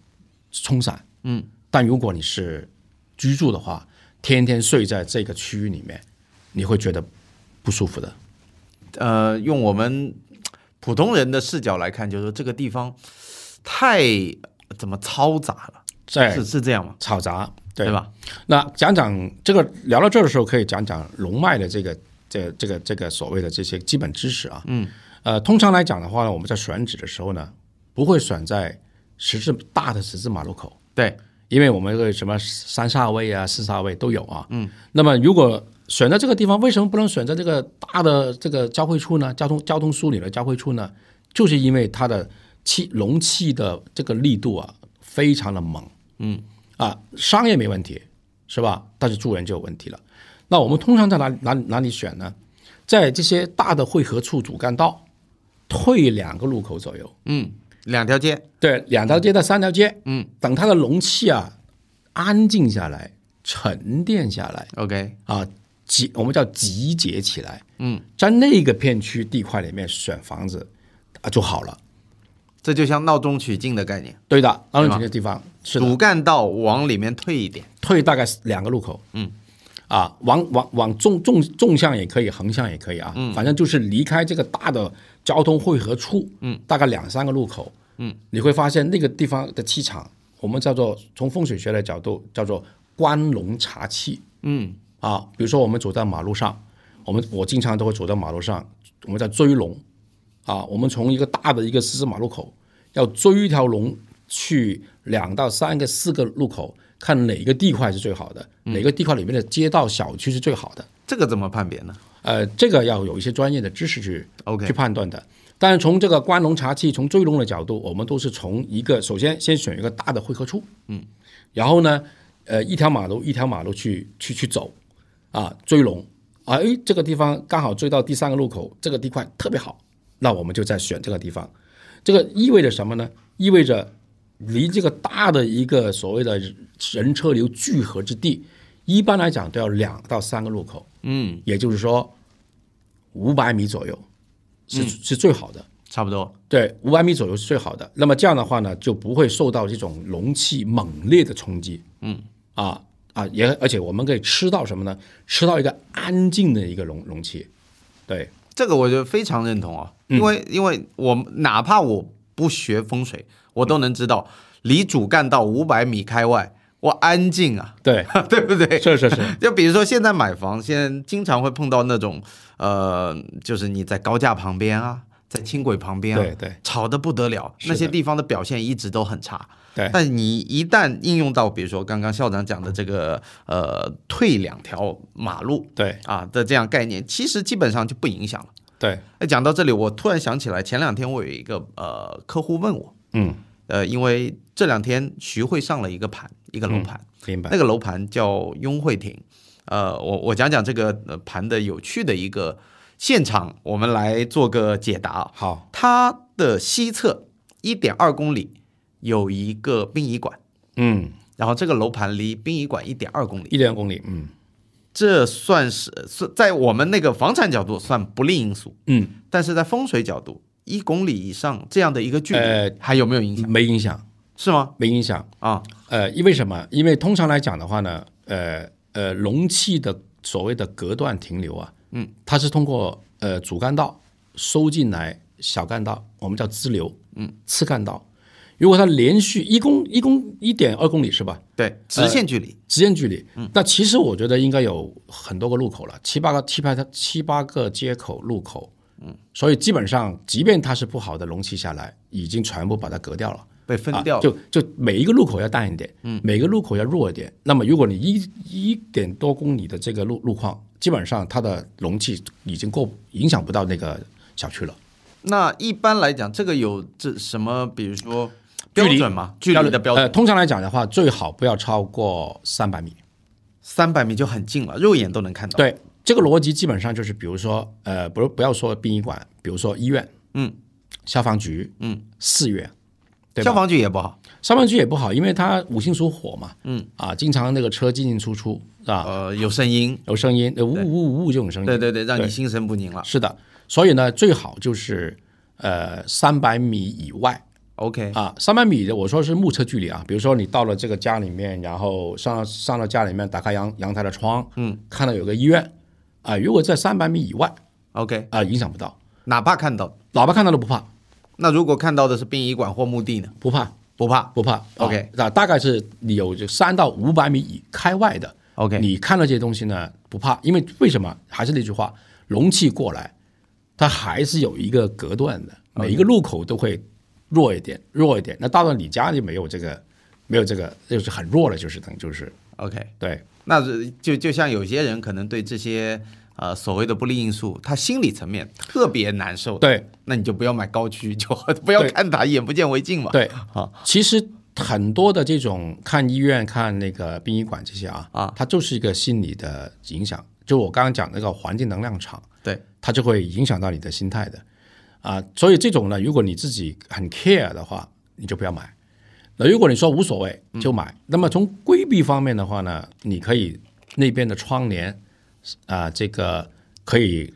Speaker 2: 冲散，嗯，但如果你是居住的话，天天睡在这个区域里面，你会觉得不舒服的。
Speaker 1: 呃，用我们普通人的视角来看，就是说这个地方太怎么嘈杂了，
Speaker 2: 在
Speaker 1: 是是这样吗？
Speaker 2: 吵杂，
Speaker 1: 对吧？
Speaker 2: 那讲讲这个聊到这儿的时候，可以讲讲龙脉的这个这这个这个所谓的这些基本知识啊。嗯，呃，通常来讲的话呢，我们在选址的时候呢，不会选在十字大的十字马路口，
Speaker 1: 对，
Speaker 2: 因为我们这个什么三煞位啊、四煞位都有啊。嗯，那么如果选在这个地方，为什么不能选在这个大的这个交汇处呢？交通交通枢纽的交汇处呢？就是因为它的气容器的这个力度啊，非常的猛。嗯，啊，商业没问题，是吧？但是住人就有问题了。那我们通常在哪哪哪里选呢？在这些大的汇合处主干道退两个路口左右，
Speaker 1: 嗯，两条街，
Speaker 2: 对，两条街到三条街，嗯，等它的容器啊安静下来、沉淀下来
Speaker 1: OK，
Speaker 2: 啊，集我们叫集结起来，嗯，在那个片区地块里面选房子啊就好了。
Speaker 1: 这就像闹中取静的概念，
Speaker 2: 对的，当然这个地方是的
Speaker 1: 主干道往里面退一点，
Speaker 2: 退大概两个路口，嗯，啊，往往往纵纵纵向也可以，横向也可以啊，嗯，反正就是离开这个大的交通汇合处，嗯，大概两三个路口，嗯，你会发现那个地方的气场，我们叫做从风水学的角度叫做关龙察气，
Speaker 1: 嗯，
Speaker 2: 啊，比如说我们走在马路上，我们我经常都会走到马路上，我们在追龙，啊，我们从一个大的一个十字马路口要追一条龙去两到三个、四个路口，看哪个地块是最好的，哪个地块里面的街道小区是最好的。
Speaker 1: 这个怎么判别呢
Speaker 2: 呃，这个要有一些专业的知识去去
Speaker 1: ？OK，
Speaker 2: 判断的。但是从这个关龙茶器，从追龙的角度，我们都是从一个首先先选一个大的汇合处，嗯，然后呢，呃，一条马路一条马路去去去走，啊，追龙，啊，哎，这个地方刚好追到第三个路口，这个地块特别好，那我们就再选这个地方。这个意味着什么呢？意味着离这个大的一个所谓的人车流聚合之地，一般来讲都要两到三个路口，
Speaker 1: 嗯，
Speaker 2: 也就是说五百米左右是、
Speaker 1: 嗯
Speaker 2: 是最好的。
Speaker 1: 差不多，
Speaker 2: 对，五百米左右是最好的。那么这样的话呢，就不会受到这种容器猛烈的冲击。嗯，啊啊，也而且我们可以吃到什么呢？吃到一个安静的一个容容器。对，
Speaker 1: 这个我觉得非常认同啊，
Speaker 2: 嗯
Speaker 1: 因为、因为我哪怕我不学风水，我都能知道，离主干道五百米开外，我安静啊，
Speaker 2: 对，
Speaker 1: 对 不对？
Speaker 2: 是是是，
Speaker 1: 就比如说现在买房，现在经常会碰到那种，呃，就是你在高架旁边啊，在轻轨旁边、啊，
Speaker 2: 对对
Speaker 1: 吵得不得了，
Speaker 2: 是的
Speaker 1: 那些地方的表现一直都很差。
Speaker 2: 对
Speaker 1: 但你一旦应用到，比如说刚刚校长讲的这个呃退两条马路
Speaker 2: 对
Speaker 1: 啊的这样概念，其实基本上就不影响了。
Speaker 2: 对，
Speaker 1: 哎，讲到这里，我突然想起来，前两天我有一个呃客户问我，
Speaker 2: 嗯，
Speaker 1: 呃，因为这两天徐汇上了一个盘，一个楼盘，
Speaker 2: 明白
Speaker 1: 那。个楼盘叫雍惠亭。呃，我我讲讲这个呃盘的有趣的一个现场，我们来做个解答啊。
Speaker 2: 好，
Speaker 1: 它的西侧一点二公里有一个殡仪馆，
Speaker 2: 嗯，
Speaker 1: 然后这个楼盘离殡仪馆一点二公里，
Speaker 2: 一点公里，嗯
Speaker 1: 这算是是在我们那个房产角度算不利因素，
Speaker 2: 嗯，
Speaker 1: 但是在风水角度，一公里以上这样的一个距离、
Speaker 2: 呃
Speaker 1: 还有没有影响？
Speaker 2: 没影响，
Speaker 1: 是吗？
Speaker 2: 没影响。
Speaker 1: 啊，
Speaker 2: 呃，因为什么？因为通常来讲的话呢，呃呃，容器的所谓的隔断停留啊，嗯，它是通过呃主干道收进来小干道，我们叫支流，嗯，次干道。如果它连续一公一公一点二公里是吧？
Speaker 1: 对，
Speaker 2: 呃
Speaker 1: 直线距离，
Speaker 2: 直线距离，那其实我觉得应该有很多个路口了，七八个七八个七八个街口路口，嗯，所以基本上，即便它是不好的容器下来，已经全部把它隔掉了。
Speaker 1: 被分掉
Speaker 2: 啊、
Speaker 1: 了。
Speaker 2: 就就每一个路口要淡一点，嗯，每个路口要弱一点。那么如果你一一点多公里的这个路路况，基本上它的容器已经够影响不到那个小区了。
Speaker 1: 那一般来讲，这个有这什么，比如说
Speaker 2: 距
Speaker 1: 标
Speaker 2: 离
Speaker 1: 准吗？距离的嗯标准，
Speaker 2: 呃，通常来讲的话，最好不要超过三百米。
Speaker 1: 哦三百米就很近了，肉眼都能看到。
Speaker 2: 对，这个逻辑基本上就是，比如说，呃，不不要说殡仪馆，比如说医院，
Speaker 1: 嗯，
Speaker 2: 消防局，嗯，寺院，对吧
Speaker 1: 消防局也不好，
Speaker 2: 消防局也不好，因为它五行属火嘛，嗯，啊，经常那个车进进出出，是吧？
Speaker 1: 呃，有声音，
Speaker 2: 有声音，呃，呜呜呜呜这种声音，
Speaker 1: 对对嗯对，让你心神不宁了。
Speaker 2: 是的，啊所以呢，最好就是呃三百米以外
Speaker 1: OK，
Speaker 2: 啊，三百米的我说是目测距离啊，比如说你到了这个家里面，然后上上到家里面，打开阳阳台的窗，嗯，看到有个医院啊、如果在三百米以外
Speaker 1: OK，
Speaker 2: 啊、影响不到，
Speaker 1: 哪怕看到，
Speaker 2: 喇叭看到了不怕，
Speaker 1: 那如果看到的是殡仪馆或墓地呢？
Speaker 2: 不怕
Speaker 1: 不怕。
Speaker 2: 不怕啊
Speaker 1: OK
Speaker 2: 那、大概是你有这三到五百米以开外的
Speaker 1: OK，
Speaker 2: 你看到这些东西呢不怕，因为为什么？还是那句话，容器过来，它还是有一个隔断的，每一个路口都会弱一点，弱一点。那到了你家就没有这个，没有这个，就是很弱了，就是等于就是
Speaker 1: OK，
Speaker 2: 对
Speaker 1: 那是就就像有些人可能对这些呃所谓的不利因素，他心理层面特别难受，，
Speaker 2: 对
Speaker 1: 那你就不要买高区，就不要
Speaker 2: 对
Speaker 1: 看他，眼不见为净嘛。，
Speaker 2: 对
Speaker 1: 好。
Speaker 2: 其实很多的这种看医院、看那个殡仪馆这些啊，
Speaker 1: 啊，
Speaker 2: 它就是一个心理的影响。就我刚刚讲那个环境能量场，
Speaker 1: 对，
Speaker 2: 它就会影响到你的心态的啊。所以这种呢，如果你自己很 care 的话，你就不要买。那如果你说无所谓就买，那么从规避方面的话呢，你可以那边的窗帘啊、这个可以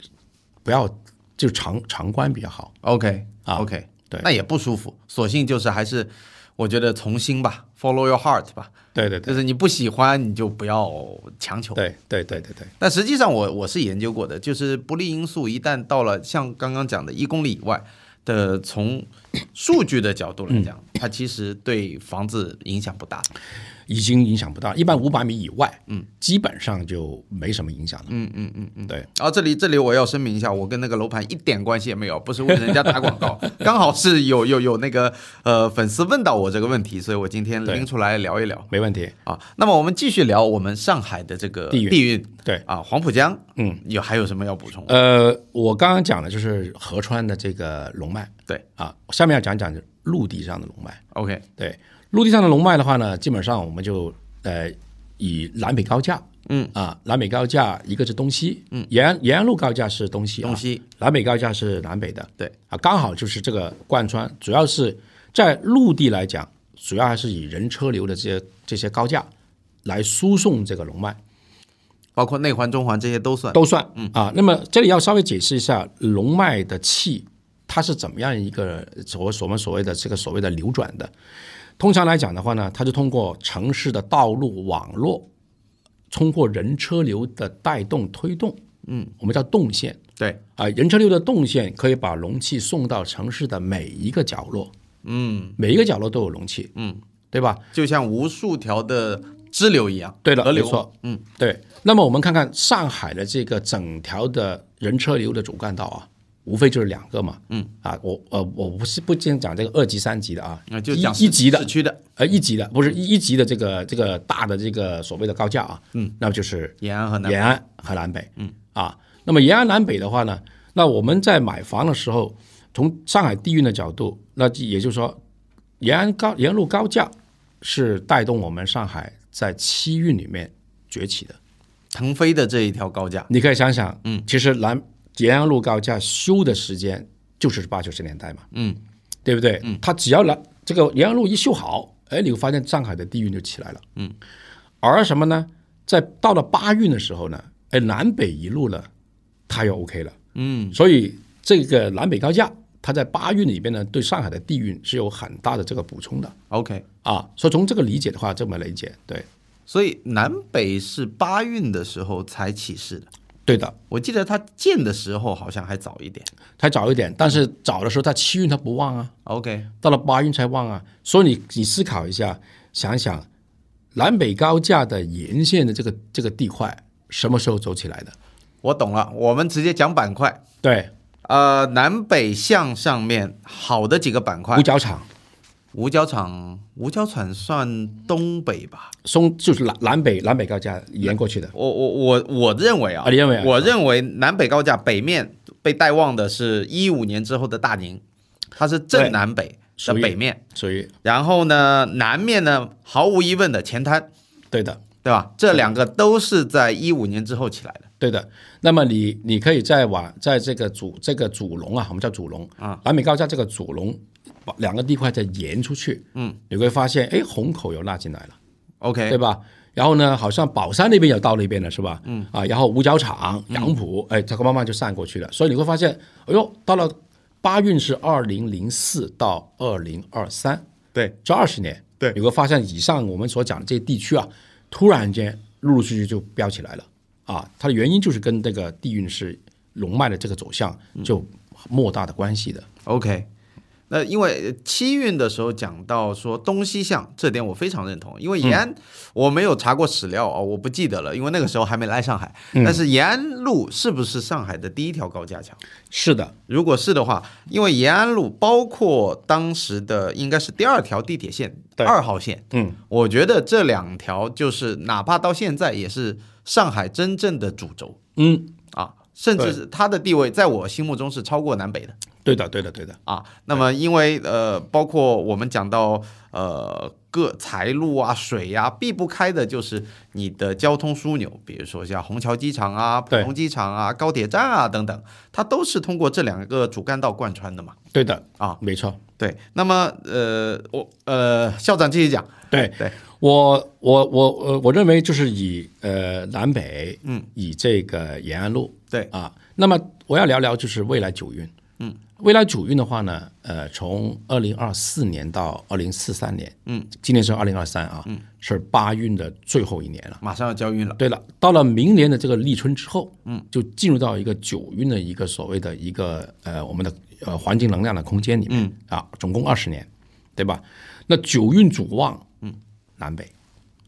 Speaker 2: 不要就常常关比较好。
Speaker 1: OK
Speaker 2: 啊
Speaker 1: OK，
Speaker 2: 对
Speaker 1: 那也不舒服，索性就是还是我觉得从心吧，Follow your heart 吧，
Speaker 2: 对对
Speaker 1: 就
Speaker 2: 对
Speaker 1: 是你不喜欢你就不要强求。
Speaker 2: 对对对对对，
Speaker 1: 但实际上我我是研究过的，就是不利因素一旦到了像刚刚讲的一公里以外的，从数据的角度来讲，
Speaker 2: 嗯
Speaker 1: 它其实对房子影响不大。
Speaker 2: 已经影响不大。一般五百米以外，嗯，基本上就没什么影响了。嗯嗯嗯嗯，对。
Speaker 1: 然后这里这里我要声明一下，我跟那个楼盘一点关系也没有，不是为人家打广 告，刚好是有有有那个呃粉丝问到我这个问题，所以我今天拎出来聊一聊。
Speaker 2: 没问题，
Speaker 1: 啊，那么我们继续聊我们上海的这个
Speaker 2: 地域对，
Speaker 1: 啊，黄浦江，嗯，有还有什么要补充？
Speaker 2: 呃，我刚刚讲的就是河川的这个龙脉，
Speaker 1: 对
Speaker 2: 啊，下面要讲讲陆地上的龙脉。
Speaker 1: OK，
Speaker 2: 对，陆地上的龙脉的话呢，基本上我们就呃以南北高架，嗯啊，南北高架一个是东西，嗯，延安延安路高架是东西、啊，
Speaker 1: 东西
Speaker 2: 南北高架是南北的，
Speaker 1: 对
Speaker 2: 啊，刚好就是这个贯穿，主要是在陆地来讲，主要还是以人车流的这些这些高架来输送这个龙脉。
Speaker 1: 包括内环、中环这些都算。
Speaker 2: 都算，嗯啊。那么这里要稍微解释一下龙脉的气，它是怎么样一个所我们所谓的这个所谓的流转的。通常来讲的话呢，它是通过城市的道路网络，通过人车流的带动推动，嗯，我们叫动线
Speaker 1: 对，
Speaker 2: 啊、人车流的动线可以把容器送到城市的每一个角落，嗯，每一个角落都有容器，嗯，对吧？
Speaker 1: 就像无数条的支流一样。
Speaker 2: 对了，
Speaker 1: 河
Speaker 2: 没
Speaker 1: 流
Speaker 2: 错，嗯，对。那么我们看看上海的这个整条的人车流的主干道啊，无非就是两个嘛，
Speaker 1: 嗯，
Speaker 2: 啊，我呃我不是不经讲这个二级三级的啊，
Speaker 1: 那就
Speaker 2: 一
Speaker 1: 讲
Speaker 2: 一级的
Speaker 1: 市区的
Speaker 2: 呃一级的不是一一级的这个这个大的这个所谓的高架啊，嗯，那么就是
Speaker 1: 延安和南
Speaker 2: 延安和南北，嗯啊，那么延安南北的话呢，那我们在买房的时候，从上海地域的角度，那就也就是说，延安高沿路高架是带动我们上海在七运里面崛起的。
Speaker 1: 腾飞的这一条高架，
Speaker 2: 你可以想想，嗯，其实南延安路高架修的时间就是八九十年代嘛，
Speaker 1: 嗯，
Speaker 2: 对不对？嗯，它只要南这个延安路一修好，哎，你会发现上海的地运就起来了，嗯。而什么呢？在到了八运的时候呢，哎，南北一路呢，它又 OK 了，嗯。所以这个南北高架，它在八运里边呢，对上海的地运是有很大的这个补充的
Speaker 1: OK，
Speaker 2: 啊。所以从这个理解的话，这么理解，对，
Speaker 1: 所以南北是八运的时候才起事的。
Speaker 2: 对的。
Speaker 1: 我记得它建的时候好像还早一点。
Speaker 2: 它早一点，但是早的时候它七运它不旺啊，
Speaker 1: OK，
Speaker 2: 到了八运才旺啊。所以你你思考一下，想一想南北高架的沿线的这个这个地块什么时候走起来的？
Speaker 1: 我懂了，我们直接讲板块。
Speaker 2: 对，
Speaker 1: 呃，南北向上面好的几个板块
Speaker 2: 五，角场、
Speaker 1: 五角场，五角场算东北吧？
Speaker 2: 松就是南南北南北高架沿过去的。
Speaker 1: 我我我我认为啊，
Speaker 2: 啊你认为啊
Speaker 1: 我认为南北高架北面被带旺的是一五年之后的大宁，它是正南北的
Speaker 2: 属于
Speaker 1: 北面。
Speaker 2: 所以
Speaker 1: 然后呢，南面呢，毫无疑问的前滩，
Speaker 2: 对的，
Speaker 1: 对吧？这两个都是在一五年之后起来的。
Speaker 2: 对的。那么你你可以再往在这个主这个主龙啊，我们叫主龙
Speaker 1: 啊，
Speaker 2: 南北高架这个主龙，把两个地块再延出去，嗯，你会发现，哎，虹口又纳进来了。
Speaker 1: OK，
Speaker 2: 对吧？然后呢，好像宝山那边也到那边了，是吧？嗯啊，然后五角场、
Speaker 1: 嗯
Speaker 2: 杨浦，哎，这个慢慢就散过去了。所以你会发现，哎呦，到了八运是二零零四到二零二三
Speaker 1: 对，
Speaker 2: 这二十年，
Speaker 1: 对
Speaker 2: 你会发现以上我们所讲的这些地区啊，突然间陆陆续续就飙起来了啊。它的原因就是跟这个地运是龙脉的这个走向
Speaker 1: 嗯
Speaker 2: 就莫大的关系的。
Speaker 1: OK，那因为呃七运的时候讲到说东西向，这点我非常认同。因
Speaker 2: 嗯
Speaker 1: 为延安、我没有查过史料啊、我不记得了，因为那个时候还没来上海。
Speaker 2: 嗯
Speaker 1: 但是延安路是不是上海的第一条高架桥？
Speaker 2: 是的，
Speaker 1: 如果是的话，因为延安路包括当时的应该是第二条地铁线
Speaker 2: 对
Speaker 1: 二号线，
Speaker 2: 嗯，
Speaker 1: 我觉得这两条就是哪怕到现在也是上海真正的主轴
Speaker 2: 嗯，
Speaker 1: 啊，甚至是它的地位在我心目中是超过南北的。
Speaker 2: 对的，对的，对的，
Speaker 1: 啊。那么因为呃，包括我们讲到呃各财路啊、水呀、避不开的就是你的交通枢纽，比如说像虹桥机场啊、浦
Speaker 2: 对
Speaker 1: 东机场啊、高铁站啊等等，它都是通过这两个主干道贯穿的嘛。
Speaker 2: 对的
Speaker 1: 啊，
Speaker 2: 没错。
Speaker 1: 对，那么呃，我呃，校长继续讲，
Speaker 2: 对
Speaker 1: 对，
Speaker 2: 我我我呃我我认为就是以呃南北，嗯，以这个延安路，
Speaker 1: 对
Speaker 2: 啊，那么我要聊聊就是未来九运，嗯，未来九运的话呢，呃，从二零二四年到二零四三年，嗯，今年是二零二三啊，嗯，是八运的最后一年了。
Speaker 1: 马上要交运了。
Speaker 2: 对了，到了明年的这个立春之后，嗯，就进入到一个九运的一个所谓的一个呃我们的呃环境能量的空间里面、啊，总共二十年，对吧？那九运主旺，嗯，南北，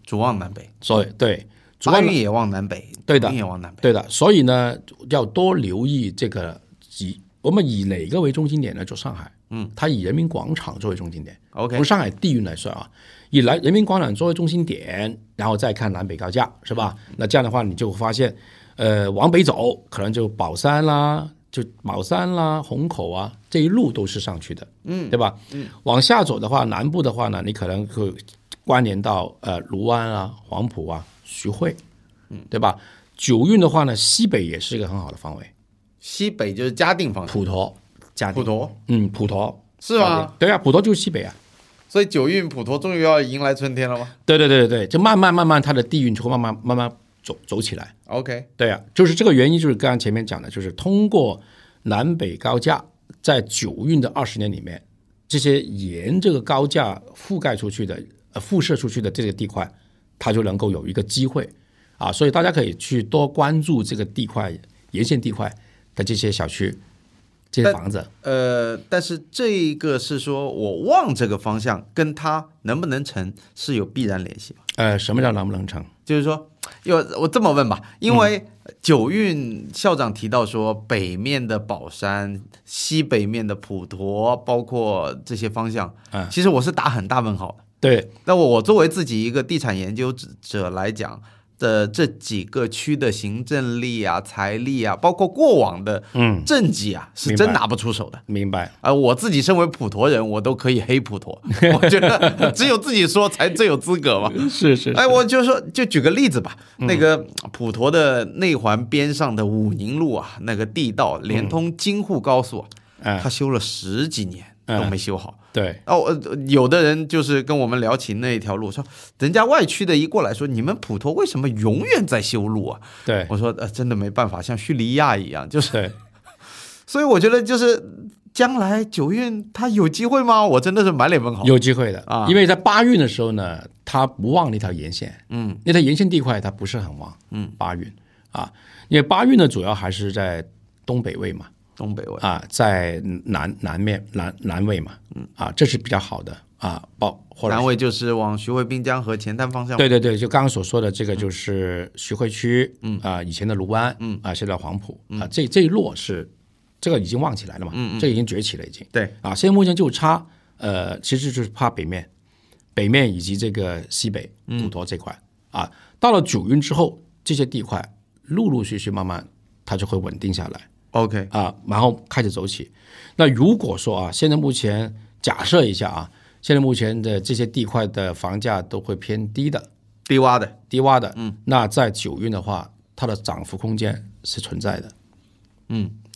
Speaker 1: 主旺南北，
Speaker 2: 所以对主
Speaker 1: 八
Speaker 2: 要
Speaker 1: 运也往南北，
Speaker 2: 对的
Speaker 1: 九运也往南北。
Speaker 2: 对的，所以呢要多留意这个以我们以哪个为中心点呢？就上海，嗯，它以人民广场作为中心点。
Speaker 1: OK，
Speaker 2: 从上海地域来算啊，以来人民广场作为中心点，然后再看南北高架，是吧？那这样的话，你就会发现，呃，往北走可能就宝山啦，就宝山啦、虹口啊，这一路都是上去的，嗯，对吧？嗯，往下走的话，南部的话呢，你可能会关联到呃卢湾啊、黄埔啊、徐汇，嗯，对吧？九运的话呢，西北也是一个很好的方位，
Speaker 1: 西北就是嘉定方向，
Speaker 2: 普陀、嘉
Speaker 1: 普
Speaker 2: 定，
Speaker 1: 陀
Speaker 2: 嗯，普陀
Speaker 1: 嗯是吗？？
Speaker 2: 对啊，普陀就是西北啊。
Speaker 1: 所以九运普陀终于要迎来春天了吗
Speaker 2: 对对对对对，就慢慢慢慢，它的地运就会慢慢慢慢走走起来。
Speaker 1: ？OK，
Speaker 2: 对啊，就是这个原因，就是刚刚前面讲的，就是通过南北高架在九运的二十年里面，这些沿这个高架覆盖出去的、呃辐射出去的这个地块，它就能够有一个机会啊，所以大家可以去多关注这个地块沿线地块的这些小区、这些
Speaker 1: 但
Speaker 2: 房子。
Speaker 1: 呃，但是这一个是说我望这个方向跟它能不能成是有必然联系吧？
Speaker 2: 呃，什么叫能不能成？嗯
Speaker 1: 就是说，因为我这么问吧，因为九运校长提到说，北面的宝山、西北面的普陀，包括这些方向，
Speaker 2: 嗯
Speaker 1: 其实我是打很大问号的。
Speaker 2: 对，
Speaker 1: 那我我作为自己一个地产研究者来讲的这几个区的行政力啊、财力啊，包括过往的
Speaker 2: 嗯，
Speaker 1: 政绩啊，是
Speaker 2: 明
Speaker 1: 真
Speaker 2: 白
Speaker 1: 拿不出手的。
Speaker 2: 明白。
Speaker 1: 啊、我自己身为普陀人，我都可以黑普陀，我觉得只有自己说才最有资格嘛。
Speaker 2: 是是嗯
Speaker 1: 哎，我就说，就举个例子吧，那个普陀的内环边上的武宁路啊，那个地道连通京沪高速啊，
Speaker 2: 嗯，
Speaker 1: 它修了十几年
Speaker 2: 哎
Speaker 1: 都没修好。
Speaker 2: 对，
Speaker 1: 哦，呃有的人就是跟我们聊起那一条路，说人家外区的一过来说，你们普陀为什么永远在修路啊？
Speaker 2: 对，
Speaker 1: 我说，呃，真的没办法，像叙利亚一样，就是。
Speaker 2: 对，
Speaker 1: 所以我觉得就是将来九运他有机会吗？我真的是满脸问号。
Speaker 2: 有机会的
Speaker 1: 啊
Speaker 2: 因为在八运的时候呢，它不旺那条沿线，嗯，那条沿线地块它不是很旺，嗯，八运啊，因为八运呢主要还是在东北位嘛，
Speaker 1: 东北位，
Speaker 2: 啊，在南南面南南位嘛，嗯，啊，这是比较好的啊，包或者
Speaker 1: 南位就是往徐汇滨江和前滩方向。
Speaker 2: 对对对，就刚刚所说的这个就是徐汇区，嗯啊、以前的卢湾，嗯啊、现在黄埔啊、这这一摞是这个已经旺起来了嘛，嗯这个已经崛起了已经。
Speaker 1: 对
Speaker 2: 啊，现在目前就差呃，其实就是怕北面，北面以及这个西北古陀这块、啊，到了九运之后，这些地块陆陆续续慢慢它就会稳定下来。
Speaker 1: ，OK，
Speaker 2: 啊，然后开始走起。那如果说啊，现在目前假设一下啊，现在目前的这些地块的房价都会偏低的、
Speaker 1: 低洼的
Speaker 2: 低洼的，嗯，那在九运的话，它的涨幅空间是存在 的，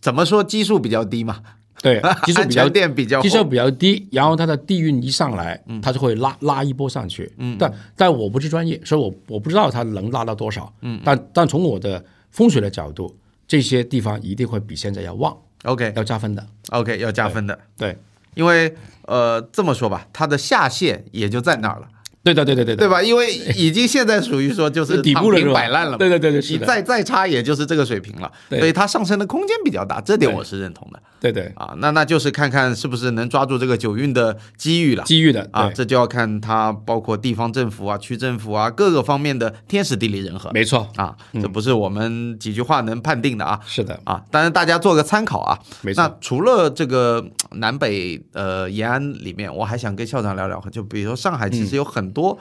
Speaker 1: 怎么说基数比较低嘛？
Speaker 2: 对，基数
Speaker 1: 安
Speaker 2: 比较
Speaker 1: 全垫比较
Speaker 2: 基
Speaker 1: 厚嗯
Speaker 2: 数比较低，然后它的地运一上来，它就会拉拉一波上去。嗯，但但我不是专业，所以我我不知道它能拉到多少。嗯，但但从我的风水的角度，这些地方一定会比现在要旺，
Speaker 1: ，OK
Speaker 2: 要加分的。
Speaker 1: OK 要加分的，
Speaker 2: 对，
Speaker 1: 因为呃这么说吧，它的下限也就在那儿了，
Speaker 2: 对的，对对对对
Speaker 1: 对吧？因为已经现在属于说就是
Speaker 2: 底部
Speaker 1: 躺
Speaker 2: 了是
Speaker 1: 平
Speaker 2: 吧
Speaker 1: 摆烂了嘛，
Speaker 2: 对对对对
Speaker 1: 你
Speaker 2: 是的
Speaker 1: 再再差也就是这个水平了，
Speaker 2: 对
Speaker 1: 所以它上升的空间比较大，这点
Speaker 2: 对
Speaker 1: 我是认同的
Speaker 2: 对对，
Speaker 1: 啊。那那就是看看是不是能抓住这个九运的机遇了。
Speaker 2: 机遇的
Speaker 1: 啊，
Speaker 2: 对
Speaker 1: 这就要看它包括地方政府啊、区政府啊各个方面的天时地利人和
Speaker 2: 没嗯错，
Speaker 1: 啊，这不是我们几句话能判定的啊
Speaker 2: 是的，
Speaker 1: 啊！当然大家做个参考啊。
Speaker 2: 没错。
Speaker 1: 那除了这个呃南北呃延安里面，我还想跟校长聊聊，就比如说上海
Speaker 2: 嗯
Speaker 1: 其实有很多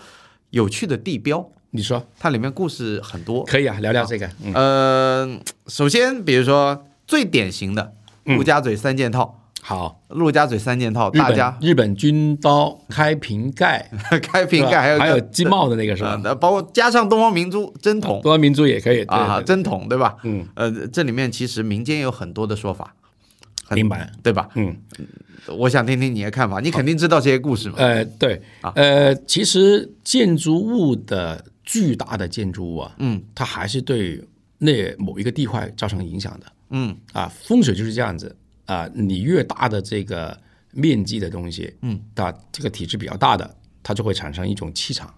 Speaker 1: 有趣的地标，
Speaker 2: 你说
Speaker 1: 它里面故事很多。
Speaker 2: 可以啊，聊聊这个，嗯，
Speaker 1: 呃，首先比如说最典型的
Speaker 2: 嗯
Speaker 1: 陆家嘴三件套，
Speaker 2: 好，
Speaker 1: 陆家嘴三件套，
Speaker 2: 日
Speaker 1: 大
Speaker 2: 本
Speaker 1: 家
Speaker 2: 日本军刀、开瓶盖，
Speaker 1: 开瓶盖还
Speaker 2: 是
Speaker 1: 有
Speaker 2: 吧
Speaker 1: 一
Speaker 2: 还
Speaker 1: 个
Speaker 2: 有鸡帽的那个是
Speaker 1: 呃
Speaker 2: 吧？，
Speaker 1: 那包括加上东方明珠针筒
Speaker 2: 多民族也可以
Speaker 1: 啊，
Speaker 2: 对对对
Speaker 1: 针筒对吧？
Speaker 2: 嗯，
Speaker 1: 呃，这里面其实民间有很多的说法，很
Speaker 2: 明白，
Speaker 1: 对吧？
Speaker 2: 嗯，
Speaker 1: 我想听听你的看法，你肯定知道这些故事嘛？
Speaker 2: 呃，对，呃，其实建筑物的巨大的建筑物啊，嗯，它还是对那某一个地块造成影响的，
Speaker 1: 嗯，
Speaker 2: 啊，风水就是这样子啊，你越大的这个面积的东西，嗯，它这个体积比较大的，它就会产生一种气场，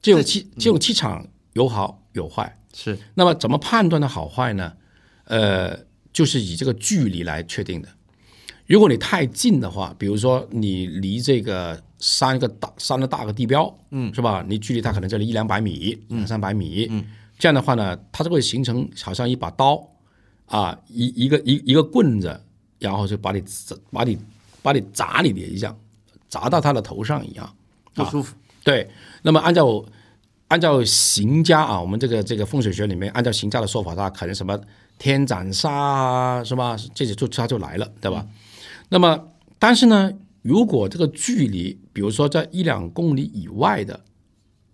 Speaker 2: 这嗯种气这种气场有好有坏，
Speaker 1: 是
Speaker 2: 那么怎么判断它好坏呢？呃，就是以这个距离来确定的。如果你太近的话，比如说你离这个三个大三个大个地标，嗯，是吧？你距离它可能这里一两百米、两三百米，嗯，这样的话呢，它就会形成好像一把刀啊，一一个一一个棍子，然后就把你砸把你把你砸你的一样，砸到他的头上一样。
Speaker 1: 不舒服。
Speaker 2: 对，那么按照按照邢家啊，我们这个这个风水学里面，按照邢家的说法，它可能什么天斩煞啊，是吧？这些就它就来了，对吧？那么但是呢，如果这个距离，比如说在一两公里以外的，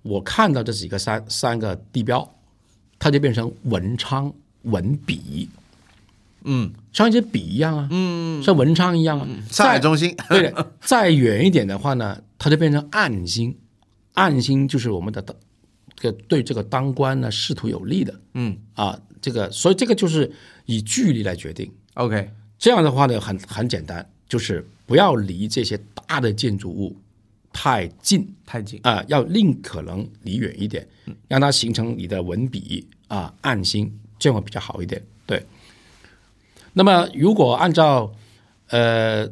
Speaker 2: 我看到这几个三三个地标，它就变成文昌文笔。嗯，像一支笔一样啊，嗯，像文昌一样啊，
Speaker 1: 上海中心，
Speaker 2: 对的，再远一点的话呢，它就变成暗星，暗星就是我们的当这个对这个当官呢仕途有利的，嗯啊，这个所以这个就是以距离来决定。
Speaker 1: OK，
Speaker 2: 这样的话呢，很很简单，就是不要离这些大的建筑物太近，
Speaker 1: 太近。
Speaker 2: 啊、要尽可能离远一点，让它形成你的文笔啊、暗心，这样会比较好一点。对。那么，如果按照呃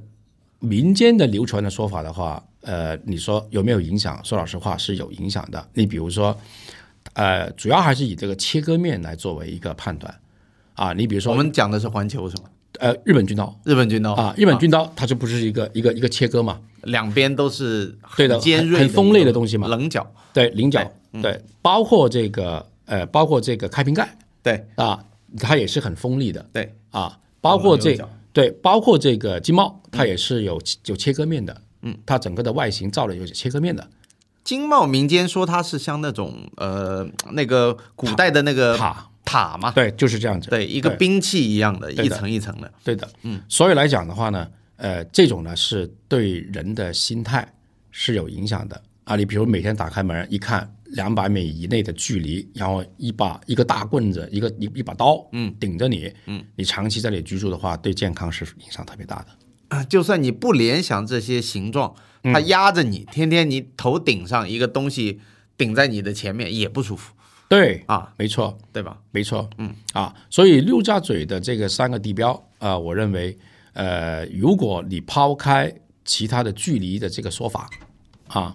Speaker 2: 民间的流传的说法的话，呃，你说有没有影响？说老实话是有影响的。你比如说，呃，主要还是以这个切割面来作为一个判断啊。你比如
Speaker 1: 我
Speaker 2: 说，
Speaker 1: 们哦讲的是环球是吗？
Speaker 2: 呃，日本军刀
Speaker 1: 日本军刀
Speaker 2: 啊，日本军刀它就不是一个一个一个切割嘛，
Speaker 1: 两边都是很
Speaker 2: 对的
Speaker 1: 尖锐
Speaker 2: 很很锋利
Speaker 1: 一个
Speaker 2: 的东西嘛
Speaker 1: 棱角
Speaker 2: 对，菱
Speaker 1: 哎
Speaker 2: 角，
Speaker 1: 嗯
Speaker 2: 对，包括这个呃，包括这个开瓶盖
Speaker 1: 对
Speaker 2: 啊，它也是很锋利的
Speaker 1: 对
Speaker 2: 啊，包括这
Speaker 1: 棱角
Speaker 2: 对，包括这个金帽，它也是有有切割面的，嗯，它整个的外形造的有切割面的
Speaker 1: 经贸民间说它是像那种呃那个古代的那个
Speaker 2: 塔，
Speaker 1: 塔嘛，
Speaker 2: 啊对，就是这样子，
Speaker 1: 对，一个兵器一样的，
Speaker 2: 对
Speaker 1: 一
Speaker 2: 的
Speaker 1: 层一层的，
Speaker 2: 对的，嗯，所以来讲的话呢，呃，这种呢是对人的心态是有影响的啊。你比如每天打开门一看，两百米以内的距离，然后一把一个大棍子，一个一一把刀，嗯，顶着你，嗯，你长期在里居住的话，对健康是影响特别大的。
Speaker 1: 啊就算你不联想这些形状，它
Speaker 2: 嗯
Speaker 1: 压着你，天天你头顶上一个东西顶在你的前面也不舒服，
Speaker 2: 对
Speaker 1: 啊，
Speaker 2: 没错，
Speaker 1: 对吧？
Speaker 2: 没错，嗯啊，所以陆家嘴的这个三个地标啊、我认为，呃，如果你抛开其他的距离的这个说法啊，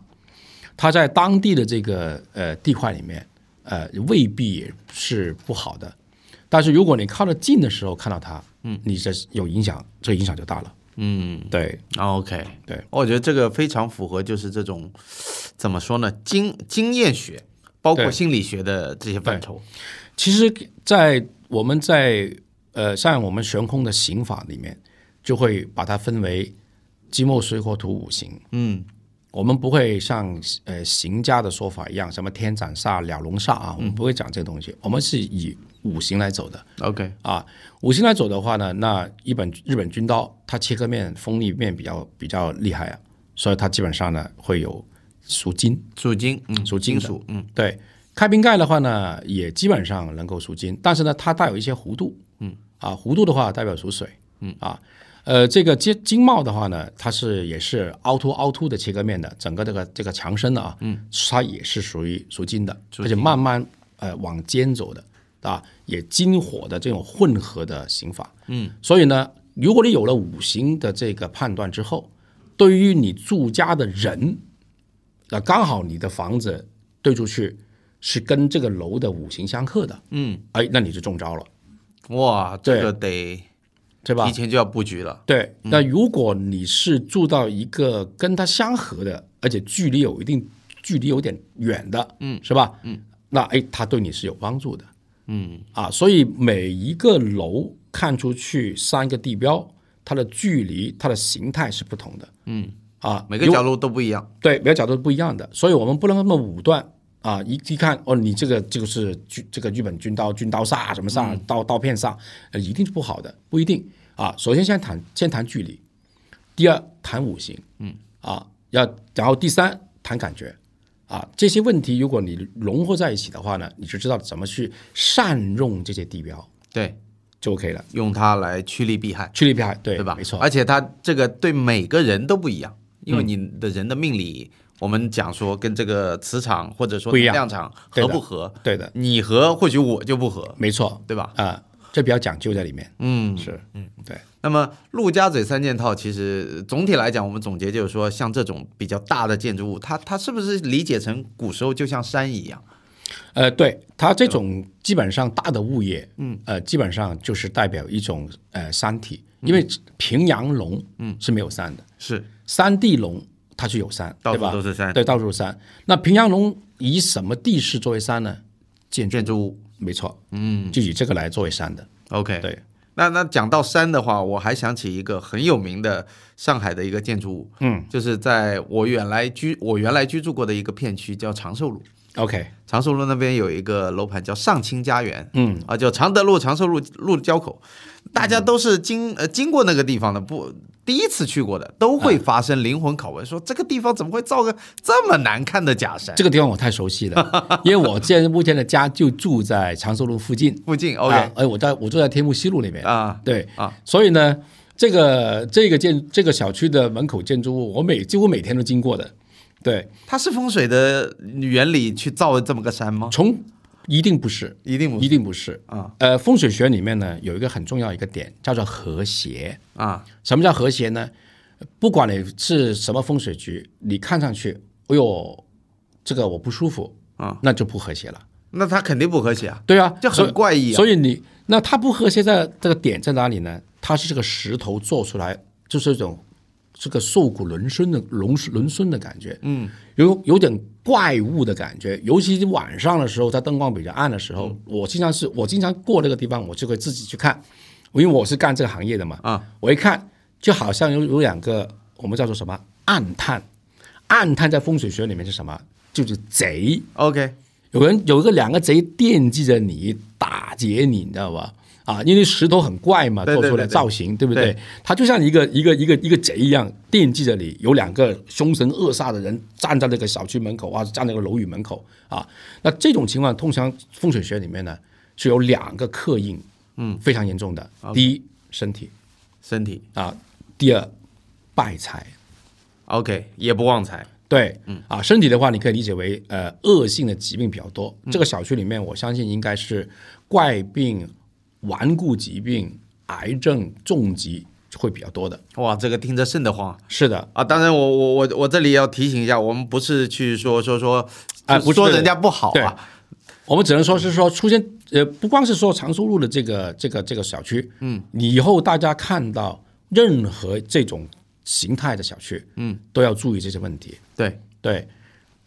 Speaker 2: 它在当地的这个呃地块里面，呃，未必是不好的，但是如果你靠得近的时候看到它，嗯，你这是有影响，这影响就大了，嗯，对，
Speaker 1: OK，
Speaker 2: 对，
Speaker 1: 我觉得这个非常符合，就是这种怎么说呢，经经验学，包括
Speaker 2: 对
Speaker 1: 心理学的这些范畴。
Speaker 2: 其实，在我们在呃，像我们悬空的刑法里面，就会把它分为金木水火土五行。嗯，我们不会像呃刑家的说法一样，什么天斩煞、了龙煞啊，我们不会讲这个东西，我们是以五行来走的。
Speaker 1: OK，
Speaker 2: 啊，五行来走的话呢，那一本日本军刀它切割面锋利面比较比较厉害啊，所以它基本上呢会有属金。
Speaker 1: 属金，嗯，
Speaker 2: 属金
Speaker 1: 金
Speaker 2: 的
Speaker 1: 属，嗯，
Speaker 2: 对，开瓶盖的话呢，也基本上能够赎金，但是呢，它带有一些弧度，嗯，啊，弧度的话代表属水，嗯啊，呃，这个金金帽的话呢，它是也是凹凸凹凸的切割面的，整个这个这个墙身的啊，嗯，它也是属于属金的，而且慢慢呃往尖走的啊，也金火的这种混合的刑法，嗯，所以呢，如果你有了五行的这个判断之后，对于你住家的人，那刚好你的房子对出去是跟这个楼的五行相克的，嗯，哎，那你就中招了，
Speaker 1: 哇，
Speaker 2: 对
Speaker 1: 这个得
Speaker 2: 对吧
Speaker 1: 提？前就要布局了。
Speaker 2: 对，那如果你是住到一个跟它相合的，而且距离有一定距离有点远的，嗯，是吧？嗯，那哎，它对你是有帮助的，嗯啊，所以每一个楼看出去三个地标，它的距离、它的形态是不同的，嗯啊，
Speaker 1: 每个角落都不一样，
Speaker 2: 对，每个角度不一样的，所以我们不能那么武断啊！一一看哦，你这个这个是军这个日本军刀军刀煞什么煞刀刀片煞，呃，一定是不好的，不一定啊。首先先谈先谈距离，第二谈五行，嗯啊，要然后第三谈感觉啊，这些问题如果你融合在一起的话呢，你就知道怎么去善用这些地标
Speaker 1: 对，
Speaker 2: 就 OK 了。
Speaker 1: 用它来趋利避害，
Speaker 2: 趋利避害，对
Speaker 1: 对吧？
Speaker 2: 没错，嗯
Speaker 1: 而且它这个对每个人都不一样，因为你的人的命理，我们讲说跟这个磁场或者说
Speaker 2: 不一
Speaker 1: 能
Speaker 2: 样
Speaker 1: 量场
Speaker 2: 对
Speaker 1: 合
Speaker 2: 的
Speaker 1: 不合，
Speaker 2: 对的，
Speaker 1: 你合或许我就不合，
Speaker 2: 没错
Speaker 1: 对吧？
Speaker 2: 啊，这比较讲究在里面。嗯，是，嗯，对。
Speaker 1: 那么陆家嘴三件套，其实总体来讲，我们总结就是说，像这种比较大的建筑物，它它是不是理解成古时候就像山一样？
Speaker 2: 呃，对，它这种基本上大的物业，嗯，呃，基本上就是代表一种呃山体，
Speaker 1: 嗯
Speaker 2: 因为平阳龙，嗯，是没有山的，
Speaker 1: 是，
Speaker 2: 山地龙它是有山，
Speaker 1: 到
Speaker 2: 对
Speaker 1: 处
Speaker 2: 吧？
Speaker 1: 都是山，
Speaker 2: 对，到处是山。那平阳龙以什么地势作为山呢？建筑，
Speaker 1: 建筑物。
Speaker 2: 没错，嗯，就以这个来作为山的，
Speaker 1: OK，
Speaker 2: 对。
Speaker 1: 那那讲到山的话，我还想起一个很有名的上海的一个建筑物，嗯，就是在我原来居我原来居住过的一个片区叫长寿路，
Speaker 2: OK，
Speaker 1: 长寿路那边有一个楼盘叫上清家园，嗯，啊，叫常德路长寿路路交口，大家都是经呃经过那个地方的，不第一次去过的，都会发生灵魂拷问，说这个地方怎么会造个这么难看的假山？
Speaker 2: 这个地方我太熟悉了，因为我现在目前的家就住在长寿路附近。
Speaker 1: 附近
Speaker 2: 啊
Speaker 1: OK
Speaker 2: 哎，我在我住在天目西路那边
Speaker 1: 啊，
Speaker 2: 对
Speaker 1: 啊，
Speaker 2: 所以呢，这个这个建这个小区的门口建筑物，我每几乎每天都经过的。对，
Speaker 1: 它是风水的原理去造这么个山吗？
Speaker 2: 从一定不是，
Speaker 1: 一定不
Speaker 2: 一
Speaker 1: 是
Speaker 2: 定不是
Speaker 1: 啊。
Speaker 2: 呃，风水学里面呢有一个很重要一个点，叫做和谐。
Speaker 1: 啊，
Speaker 2: 什么叫和谐呢？不管你是什么风水局，你看上去，哎呦，这个我不舒服
Speaker 1: 啊，
Speaker 2: 那就不和谐了。
Speaker 1: 那他肯定不和谐啊，
Speaker 2: 对啊，
Speaker 1: 这很怪异啊。
Speaker 2: 所以你那它不和谐在这个点在哪里呢？它是这个石头做出来，就是一种这个瘦骨嶙峋的嶙嶙峋的感觉，嗯，有有点怪物的感觉。尤其晚上的时候，在灯光比较暗的时候，我经常是我经常过那个地方，我就会自己去看，因为我是干这个行业的嘛，
Speaker 1: 啊，
Speaker 2: 我一看就好像有有两个我们叫做什么暗探，暗探在风水学里面是什么？就是贼，
Speaker 1: OK，
Speaker 2: 有人有一个两个贼惦记着你，打劫你，你知道吧？啊，因为石头很怪嘛，
Speaker 1: 对对
Speaker 2: 做出来
Speaker 1: 对对
Speaker 2: 造型，对不对
Speaker 1: 对？
Speaker 2: 他就像一个一个一个一个贼一样，惦记着你。有两个凶神恶煞的人站在那个小区门口啊，站在那个楼宇门口啊。那这种情况，通常风水学里面呢是有两个刻印，嗯，非常严重的。第一，身体
Speaker 1: 身体
Speaker 2: 啊；第二，败财。
Speaker 1: OK 也不旺财，
Speaker 2: 对，嗯啊，身体的话，你可以理解为呃恶性的疾病比较多。这个小区里面，我相信应该是怪病、顽固疾病、癌症、重疾会比较多的。
Speaker 1: 哇，这个听着瘆得慌
Speaker 2: 是的，
Speaker 1: 啊！当然我，我我我这里要提醒一下，我们不是去说说说，
Speaker 2: 啊
Speaker 1: 就
Speaker 2: 不是
Speaker 1: 说
Speaker 2: 对
Speaker 1: 人家不好
Speaker 2: 对
Speaker 1: 啊，
Speaker 2: 我们只能说是说出现呃，不光是说常州路的这个这个这个小区，嗯，你以后大家看到任何这种形态的小区，嗯，都要注意这些问题。
Speaker 1: 对。
Speaker 2: 对，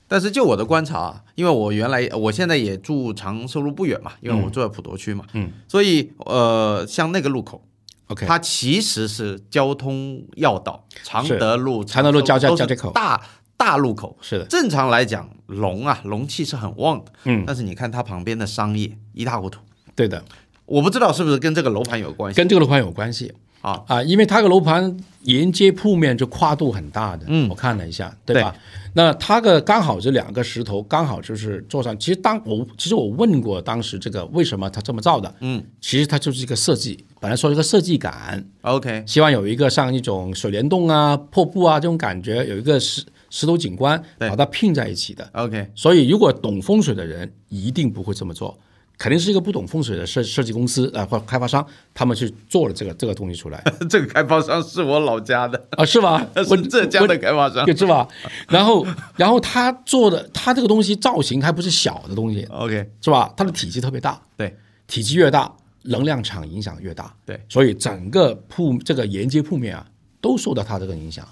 Speaker 1: 但是就我的观察啊，因为我原来我现在也住长寿路不远嘛，因为我住在普陀区嘛，嗯，所以呃，像那个路口
Speaker 2: OK
Speaker 1: 它其实是交通要道，常德路、
Speaker 2: 常德路交交
Speaker 1: 都是
Speaker 2: 交界口
Speaker 1: 大大路口。
Speaker 2: 是的，
Speaker 1: 正常来讲，龙啊，龙气是很旺的，嗯，但是你看它旁边的商业一塌糊涂，
Speaker 2: 对的，
Speaker 1: 我不知道是不是跟这个楼盘有关系
Speaker 2: 跟这个楼盘有关系。
Speaker 1: 啊？
Speaker 2: 啊，因为它个楼盘沿街铺面就跨度很大的，嗯，我看了一下，对吧？那它个刚好这两个石头刚好就是做上，其实当我其实我问过当时这个为什么它这么造的，嗯，其实它就是一个设计，本来说一个设计感，
Speaker 1: OK，
Speaker 2: 希望有一个像一种水帘洞啊、瀑布啊这种感觉，有一个石石头景观
Speaker 1: 对
Speaker 2: 把它拼在一起的。
Speaker 1: OK，
Speaker 2: 所以，如果懂风水的人一定不会这么做，肯定是一个不懂风水的设设计公司啊、或开发商，他们去做了这个这个东西出来。
Speaker 1: 这个开发商是我老家的，
Speaker 2: 啊，是吧？
Speaker 1: 是浙江的开发商
Speaker 2: 我，是吧？然后，然后他做的，他这个东西造型还不是小的东西，
Speaker 1: OK，
Speaker 2: 是吧？它的体积特别大，
Speaker 1: 对，
Speaker 2: 体积越大，能量场影响越大。
Speaker 1: 对，
Speaker 2: 所以整个铺这个沿街铺面啊，都受到它这个影响。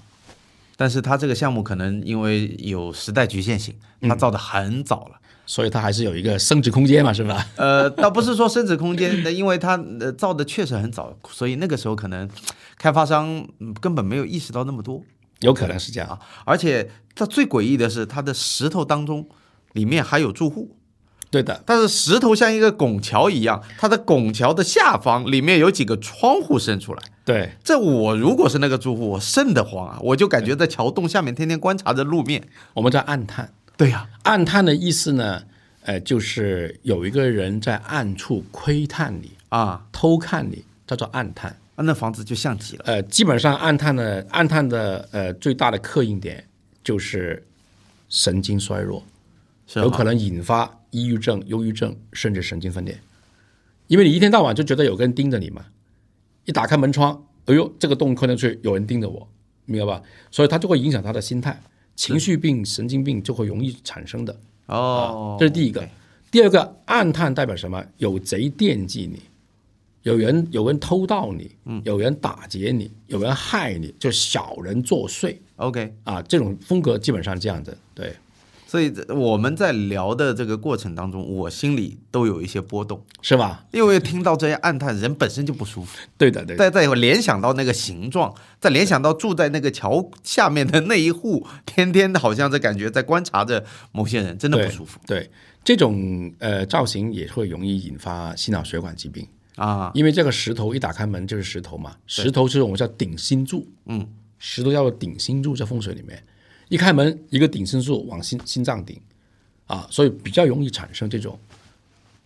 Speaker 1: 但是它这个项目可能因为有时代局限性，
Speaker 2: 嗯
Speaker 1: 它造的很早了。
Speaker 2: 所以它还是有一个升值空间嘛，是吧？
Speaker 1: 呃， 倒不是说升值空间，那因为它呃造的确实很早，所以那个时候可能开发商嗯根本没有意识到那么多
Speaker 2: 有可能是这样。
Speaker 1: 啊。而且它最诡异的是，它的石头当中里面还有住户，
Speaker 2: 对的，
Speaker 1: 但是石头像一个拱桥一样，它的拱桥的下方里面有几个窗户伸出来。
Speaker 2: 对，
Speaker 1: 这我如果是那个住户，我瘆得慌啊！我就感觉在桥洞下面天天观察着路面。
Speaker 2: 我们在暗探，
Speaker 1: 对呀、
Speaker 2: 暗探的意思呢，呃，就是有一个人在暗处窥探你、
Speaker 1: 啊，
Speaker 2: 偷看你，叫做暗探。
Speaker 1: 啊那房子就像极了。
Speaker 2: 呃，基本上暗探的暗探的呃最大的刻印点就是神经衰弱，
Speaker 1: 是
Speaker 2: 有
Speaker 1: 吧
Speaker 2: 可能引发抑郁症、忧郁症，甚至神经分裂。因为你一天到晚就觉得有个人盯着你嘛，一打开门窗，哎呦，这个洞坑进去，有人盯着我，明白吧？所以它就会影响他的心态，情绪病、神经病就会容易产生的。
Speaker 1: 哦，
Speaker 2: 这是第一个。第二个，暗探代表什么？有贼惦记你，有人有人偷盗你，
Speaker 1: 嗯
Speaker 2: 有人打劫你，有人害你，就小人作祟
Speaker 1: OK，
Speaker 2: 啊！这种风格基本上这样子。对，
Speaker 1: 所以这我们在聊的这个过程当中，我心里都有一些波动，
Speaker 2: 是吧？
Speaker 1: 因为听到这些暗探，人本身就不舒服，
Speaker 2: 对的，对的，
Speaker 1: 再再联想到那个形状，再联想到住在那个桥下面的那一户，天天好像在感觉在观察着某些人，真的不舒服
Speaker 2: 对，这种呃造型也会容易引发心脑血管疾病，
Speaker 1: 啊。
Speaker 2: 因为这个石头一打开门就是石头嘛，石头是我们叫顶心柱，嗯，石头叫做顶心柱，在风水里面，一开门一个顶心柱往心心脏顶，啊，所以比较容易产生这种。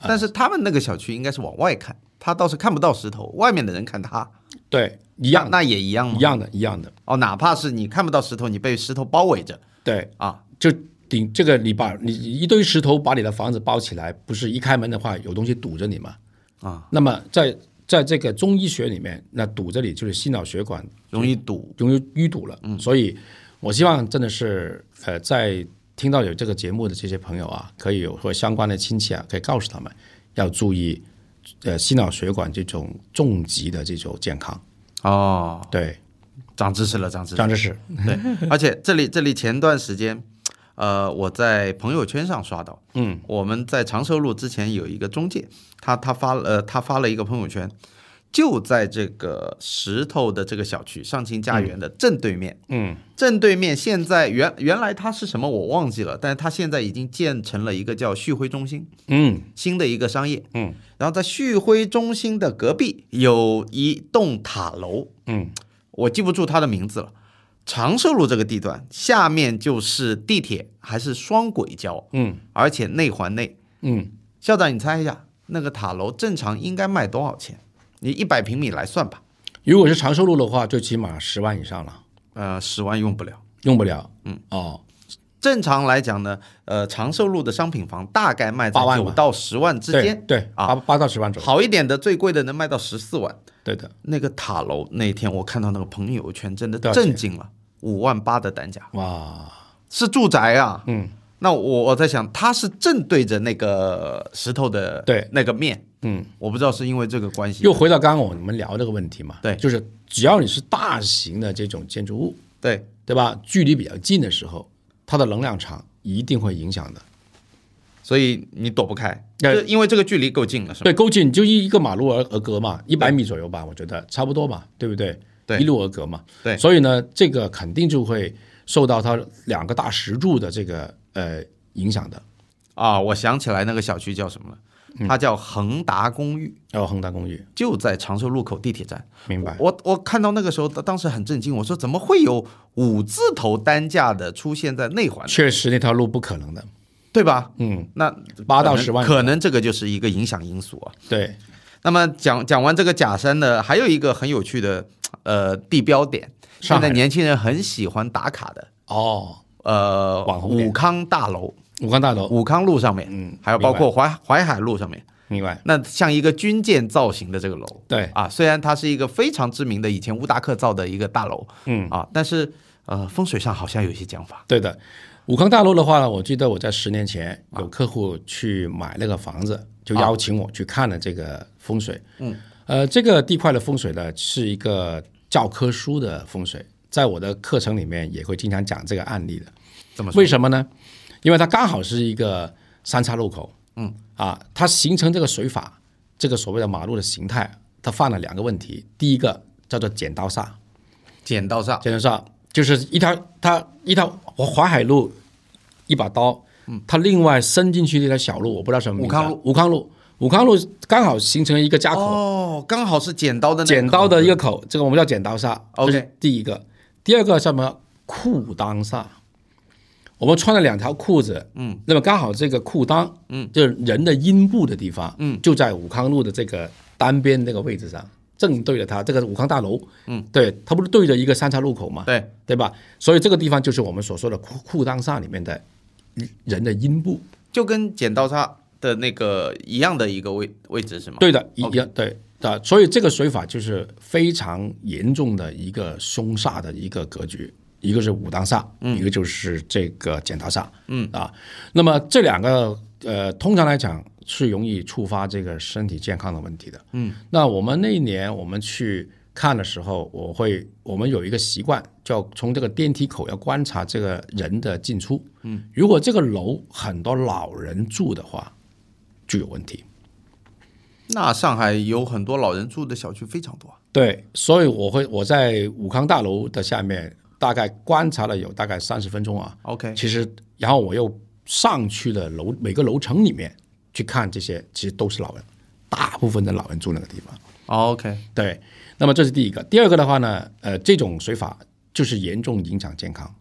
Speaker 1: 但是他们那个小区应该是往外看，他倒是看不到石头，外面的人看他
Speaker 2: 对，一样
Speaker 1: 那那也一样
Speaker 2: 一
Speaker 1: 吗？
Speaker 2: 样的，一样的。
Speaker 1: 哦，哪怕是你看不到石头，你被石头包围着
Speaker 2: 对，
Speaker 1: 啊，
Speaker 2: 就顶这个你把你一堆石头把你的房子包起来，不是一开门的话有东西堵着你嘛？
Speaker 1: 啊，
Speaker 2: 那么在在这个中医学里面，那堵这里就是心脑血管
Speaker 1: 容易堵。
Speaker 2: 容易淤堵了。嗯，所以我希望真的是呃，在听到有这个节目的这些朋友啊，可以有或相关的亲戚啊，可以告诉他们要注意，呃，心脑血管这种重疾的这种健康。
Speaker 1: 哦，
Speaker 2: 对，
Speaker 1: 长知识了，长知识了。
Speaker 2: 张知识，
Speaker 1: 对， 而且这里这里前段时间，呃，我在朋友圈上刷到，嗯，我们在长寿路之前有一个中介，他他发了呃他发了一个朋友圈，就在这个石头的这个小区上清家园的正对面，
Speaker 2: 嗯，
Speaker 1: 正对面现在原原来它是什么我忘记了，但是它现在已经建成了一个叫旭辉中心，
Speaker 2: 嗯
Speaker 1: 新的一个商业，
Speaker 2: 嗯，
Speaker 1: 然后在旭辉中心的隔壁有一栋塔楼，
Speaker 2: 嗯，
Speaker 1: 我记不住它的名字了。长寿路这个地段下面就是地铁，还是双轨交，
Speaker 2: 嗯
Speaker 1: 而且内环内。
Speaker 2: 嗯，
Speaker 1: 校长，你猜一下，那个塔楼正常应该卖多少钱？你一百平米来算吧，
Speaker 2: 如果是长寿路的话，最起码十万以上了，
Speaker 1: 呃，十万用不了。
Speaker 2: 用不了。嗯，哦，
Speaker 1: 正常来讲呢，呃，长寿路的商品房大概卖在
Speaker 2: 八万
Speaker 1: 九
Speaker 2: 吧
Speaker 1: 到十万之
Speaker 2: 对
Speaker 1: 间，
Speaker 2: 对，
Speaker 1: 啊
Speaker 2: 八八到十万左右。
Speaker 1: 好一点的最贵的能卖到十四万。
Speaker 2: 对的，
Speaker 1: 那个塔楼那天我看到那个朋友圈，真的
Speaker 2: 多少钱
Speaker 1: 震惊了，五万八的单价
Speaker 2: 哇，
Speaker 1: 是住宅啊。
Speaker 2: 嗯，
Speaker 1: 那我我在想，它是正对着那个石头的
Speaker 2: 对
Speaker 1: 那个面，
Speaker 2: 嗯，
Speaker 1: 我不知道是因为这个关系。
Speaker 2: 又回到刚刚我们聊这个问题嘛，
Speaker 1: 对
Speaker 2: 就是只要你是大型的这种建筑物，
Speaker 1: 对，
Speaker 2: 对吧？距离比较近的时候，它的能量场一定会影响的。
Speaker 1: 所以你躲不开，
Speaker 2: 对
Speaker 1: 就因为这个距离够近了，是吧？
Speaker 2: 对，够近就一一个马路而而隔嘛，一百米左右吧，我觉得差不多吧，对不对？
Speaker 1: 对
Speaker 2: 一路而隔嘛。
Speaker 1: 对
Speaker 2: 所以呢，这个肯定就会受到它两个大石柱的这个呃影响的。
Speaker 1: 啊，我想起来那个小区叫什么了，
Speaker 2: 嗯
Speaker 1: 它叫恒达公寓，
Speaker 2: 然后恒大公寓，
Speaker 1: 就在长寿路口地铁站。
Speaker 2: 明白？
Speaker 1: 我我看到那个时候，当时很震惊，我说怎么会有五字头单价的出现在内环，
Speaker 2: 确实那条路不可能的。
Speaker 1: 对吧？
Speaker 2: 嗯，
Speaker 1: 那
Speaker 2: 八到
Speaker 1: 可能
Speaker 2: 10万
Speaker 1: 可能这个就是一个影响因素啊。
Speaker 2: 对，
Speaker 1: 那么讲讲完这个假山呢，还有一个很有趣的呃地标点，
Speaker 2: 上
Speaker 1: 现
Speaker 2: 海
Speaker 1: 在
Speaker 2: 的
Speaker 1: 年轻人很喜欢打卡的，
Speaker 2: 哦，
Speaker 1: 呃，
Speaker 2: 网红点
Speaker 1: 武康大楼、
Speaker 2: 武康大楼，
Speaker 1: 武康路上面，
Speaker 2: 嗯
Speaker 1: 还有包括淮淮海路上面，
Speaker 2: 明白？
Speaker 1: 那像一个军舰造型的这个楼，
Speaker 2: 对，
Speaker 1: 啊，虽然它是一个非常知名的以前乌达克造的一个大楼，
Speaker 2: 嗯
Speaker 1: 啊，但是呃，风水上好像有一些讲法，
Speaker 2: 对的，武康大楼的话呢，我记得我在十年前有客户去买那个房子，
Speaker 1: 啊
Speaker 2: 就邀请我去看了这个风水。嗯，呃，这个地块的风水呢是一个教科书的风水，在我的课程里面也会经常讲这个案例的。
Speaker 1: 怎么说？
Speaker 2: 为什么呢？因为它刚好是一个三岔路口，嗯，啊，它形成这个水法，这个所谓的马路的形态，它犯了两个问题。第一个叫做剪刀煞，
Speaker 1: 剪刀煞，
Speaker 2: 简单上就是一条它一条淮海路一把刀，它另外伸进去的一条小路，我不知道什么名字啊
Speaker 1: 嗯武康路，
Speaker 2: 武康路，武康路刚好形成一个家口，
Speaker 1: 哦，刚好是剪刀的那个
Speaker 2: 剪刀的一个口，这个我们叫剪刀煞。
Speaker 1: OK
Speaker 2: 这是第一个，第二个叫什么裤裆煞？我们穿了两条裤子，嗯，那么刚好这个裤裆，嗯，就是人的阴部的地方，嗯，就在武康路的这个单边这个位置上，正对着它这个武康大楼，嗯，对，它不是对着一个三岔路口嘛，
Speaker 1: 对，
Speaker 2: 对吧？所以这个地方就是我们所说的裤裤裆上里面的人的阴部。
Speaker 1: 就跟剪刀煞的那个一样的一个位位置是吗？
Speaker 2: 对的，一样对的。所以这个水法就是非常严重的一个凶煞的一个格局，一个是武当煞，一个就是这个剪刀煞，嗯啊。那么这两个呃，通常来讲是容易触发这个身体健康的问题的。嗯，那我们那一年我们去。看的时候，我会我们有一个习惯，叫从这个电梯口要观察这个人的进出。嗯，如果这个楼很多老人住的话，就有问题。
Speaker 1: 那上海有很多老人住的小区非常多啊，
Speaker 2: 对，所以我会我在武康大楼的下面大概观察了有大概三十分钟啊。
Speaker 1: OK
Speaker 2: 其实，然后我又上去了楼每个楼层里面去看这些，其实都是老人，大部分的老人住那个地方。
Speaker 1: OK，
Speaker 2: 对，那么这是第一个。第二个的话呢，呃，这种水法就是严重影响健康。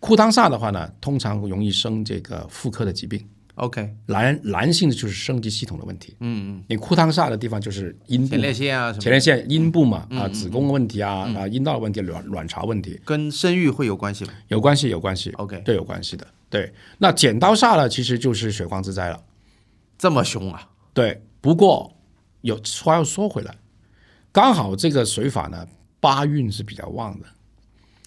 Speaker 2: 裤裆煞的话呢，通常容易生这个妇科的疾病，
Speaker 1: OK，
Speaker 2: 男男性的就是生殖系统的问题。嗯嗯，你裤裆煞的地方就是阴部
Speaker 1: 前列腺啊什么
Speaker 2: 前列腺阴部嘛，啊，子宫问题啊，啊，阴道问题、卵卵巢问题，
Speaker 1: 跟生育会有关系吗
Speaker 2: 有关系，有关系，
Speaker 1: ？OK，
Speaker 2: 对，有关系的。对，那剪刀煞呢，其实就是血光之灾了。
Speaker 1: 这么凶啊？
Speaker 2: 对，不过有话又说回来，刚好这个水法呢，八运是比较旺的，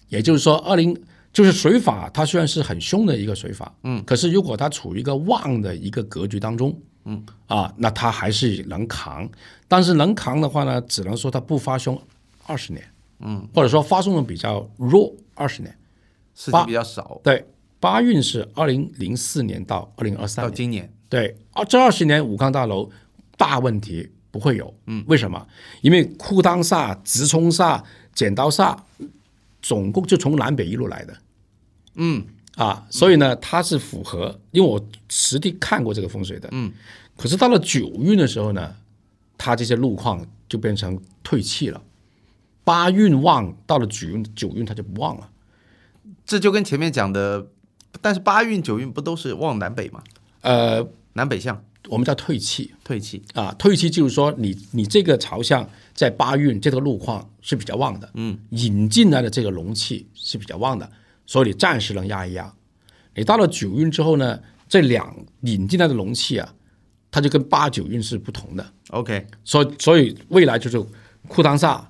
Speaker 2: 也就是说，二零就是水法，它虽然是很凶的一个水法，嗯，可是如果它处于一个旺的一个格局当中，嗯，啊，那它还是能扛。但是能扛的话呢，只能说它不发凶二十年，嗯，或者说发送的比较弱二十年。
Speaker 1: 事情比较少，
Speaker 2: 对，八运是二零零四年到二零二三
Speaker 1: 到
Speaker 2: 年，
Speaker 1: 今年
Speaker 2: 对，啊，这二十年武康大楼大问题不会有，嗯，为什么？因为裤裆煞、直冲煞、剪刀煞，总共就从南北一路来的，嗯，啊，所以呢，它是符合，因为我实地看过这个风水的，嗯，可是到了九运的时候呢，它这些路况就变成退气了，八运旺到了九运，九运它就不旺了。
Speaker 1: 这就跟前面讲的，但是八运九运不都是往南北嘛，
Speaker 2: 呃，
Speaker 1: 南北向
Speaker 2: 我们叫退气，
Speaker 1: 退气，
Speaker 2: 啊，退气就是说你你这个朝向在八运这个路况是比较旺的，嗯，引进来的这个龙气是比较旺的，所以你暂时能压一压。你到了九运之后呢，这两引进来的龙气啊，它就跟八九运是不同的，
Speaker 1: OK
Speaker 2: 所以所以未来就是裤裆煞、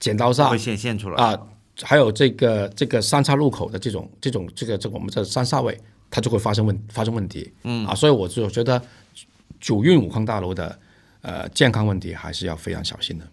Speaker 2: 剪刀煞
Speaker 1: 会显现出来。
Speaker 2: 啊，还有这个这个三岔路口的这种这种这个这个我们这三煞位，它就会发生问发生问题。嗯啊，所以我就觉得九运武康大楼的呃健康问题还是要非常小心的。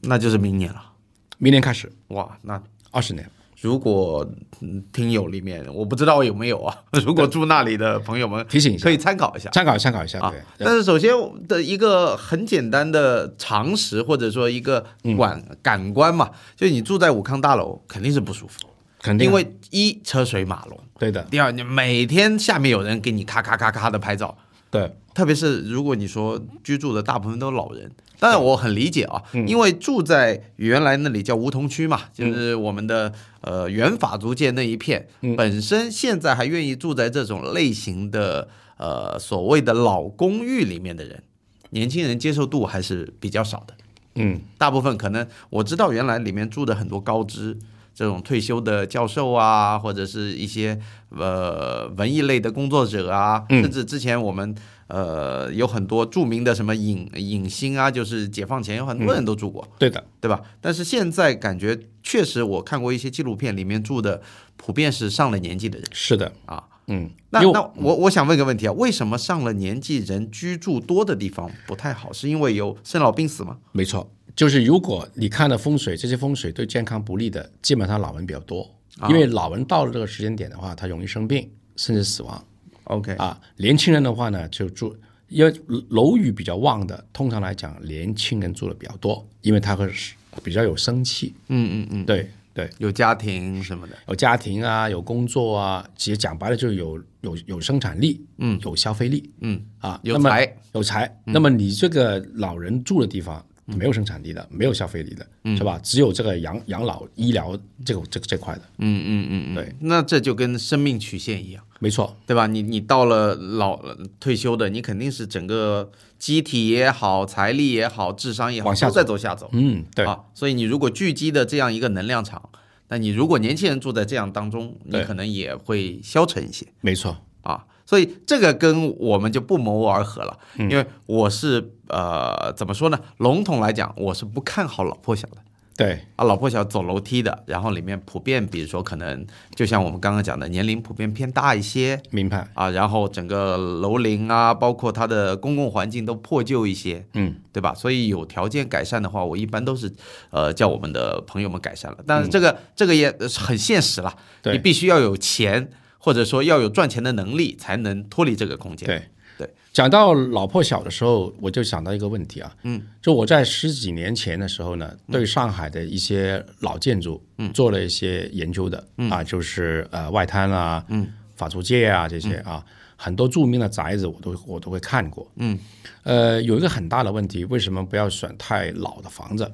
Speaker 1: 那就是明年了。
Speaker 2: 明年开始
Speaker 1: 哇，那
Speaker 2: 二十年，
Speaker 1: 如果嗯听友里面，我不知道有没有啊， 如果住那里的朋友们
Speaker 2: 提醒一下
Speaker 1: 可以啊参考一下。
Speaker 2: 参考参考一下，对。
Speaker 1: 但是首先的一个很简单的常识，或者说一个
Speaker 2: 嗯
Speaker 1: 感、感官嘛，就是你住在武康大楼肯定是不舒服，
Speaker 2: 肯定啊
Speaker 1: 因为一车水马龙，
Speaker 2: 对的，
Speaker 1: 第二你每天下面有人给你咔咔咔咔的拍照，
Speaker 2: 对
Speaker 1: 特别是如果你说居住的大部分都是老人，当然我很理解啊，因为住在原来那里叫梧桐区嘛，就是我们的呃原法租界那一片，本身现在还愿意住在这种类型的呃所谓的老公寓里面的人，年轻人接受度还是比较少的。
Speaker 2: 嗯，
Speaker 1: 大部分可能我知道原来里面住的很多高知，这种退休的教授啊，或者是一些呃文艺类的工作者啊，甚至之前我们呃有很多著名的什么影影星啊，就是解放前有很多人都住过，
Speaker 2: 对的，
Speaker 1: 对吧？但是现在感觉确实我看过一些纪录片，里面住的普遍是上了年纪的人
Speaker 2: 是的，
Speaker 1: 啊。
Speaker 2: 嗯，
Speaker 1: 那
Speaker 2: 因为
Speaker 1: 那我我想问个问题啊，为什么上了年纪人居住多的地方不太好？是因为有生老病死吗？
Speaker 2: 没错，就是如果你看了风水，这些风水对健康不利的，基本上老人比较多，因为老人到了这个时间点的话，他容易生病，甚至死亡。
Speaker 1: ？OK，
Speaker 2: 啊，年轻人的话呢，就住，因为楼宇比较旺的，通常来讲，年轻人住的比较多，因为他会是比较有生气。嗯嗯嗯，对对，
Speaker 1: 有家庭什么的。
Speaker 2: 有家庭啊，有工作啊，其实讲白了就是有有有生产力，嗯，有消费力，嗯啊，
Speaker 1: 有嗯
Speaker 2: 那么
Speaker 1: 才
Speaker 2: 有才。那么你这个老人住的地方。没有生产力的，没有消费力的，
Speaker 1: 嗯
Speaker 2: 是吧？只有这个养养老、医疗这个这个这块的，
Speaker 1: 嗯嗯嗯嗯，
Speaker 2: 对，
Speaker 1: 那这就跟生命曲线一样，
Speaker 2: 没错，
Speaker 1: 对吧？你你到了老呃退休的，你肯定是整个机体也好，财力也好，智商也好，
Speaker 2: 往下
Speaker 1: 都在走下走。
Speaker 2: 嗯，对，
Speaker 1: 啊，所以你如果聚集的这样一个能量场，那你如果年轻人住在这样当中，你
Speaker 2: 对
Speaker 1: 可能也会消沉一些。
Speaker 2: 没错，
Speaker 1: 啊，所以这个跟我们就不谋而合了，
Speaker 2: 嗯
Speaker 1: 因为我是呃怎么说呢？笼统来讲，我是不看好老破小的
Speaker 2: 对，
Speaker 1: 啊，老破小走楼梯的，然后里面普遍，比如说可能就像我们刚刚讲的，年龄普遍偏大一些
Speaker 2: 明白，
Speaker 1: 啊，然后整个楼龄啊，包括它的公共环境都破旧一些，
Speaker 2: 嗯，
Speaker 1: 对吧？所以有条件改善的话，我一般都是呃叫我们的朋友们改善了，但是这个、这个也呃很现实了，
Speaker 2: 嗯对
Speaker 1: 你必须要有钱。或者说要有赚钱的能力，才能脱离这个空间。
Speaker 2: 对
Speaker 1: 对，
Speaker 2: 讲到老破小的时候，我就想到一个问题啊，嗯，就我在十几年前的时候呢，对上海的一些老建筑，嗯，做了一些研究的，嗯啊，就是呃外滩啊，嗯，法租界啊这些啊，很多著名的宅子我都我都会看过，嗯，呃，有一个很大的问题，为什么不要选太老的房子？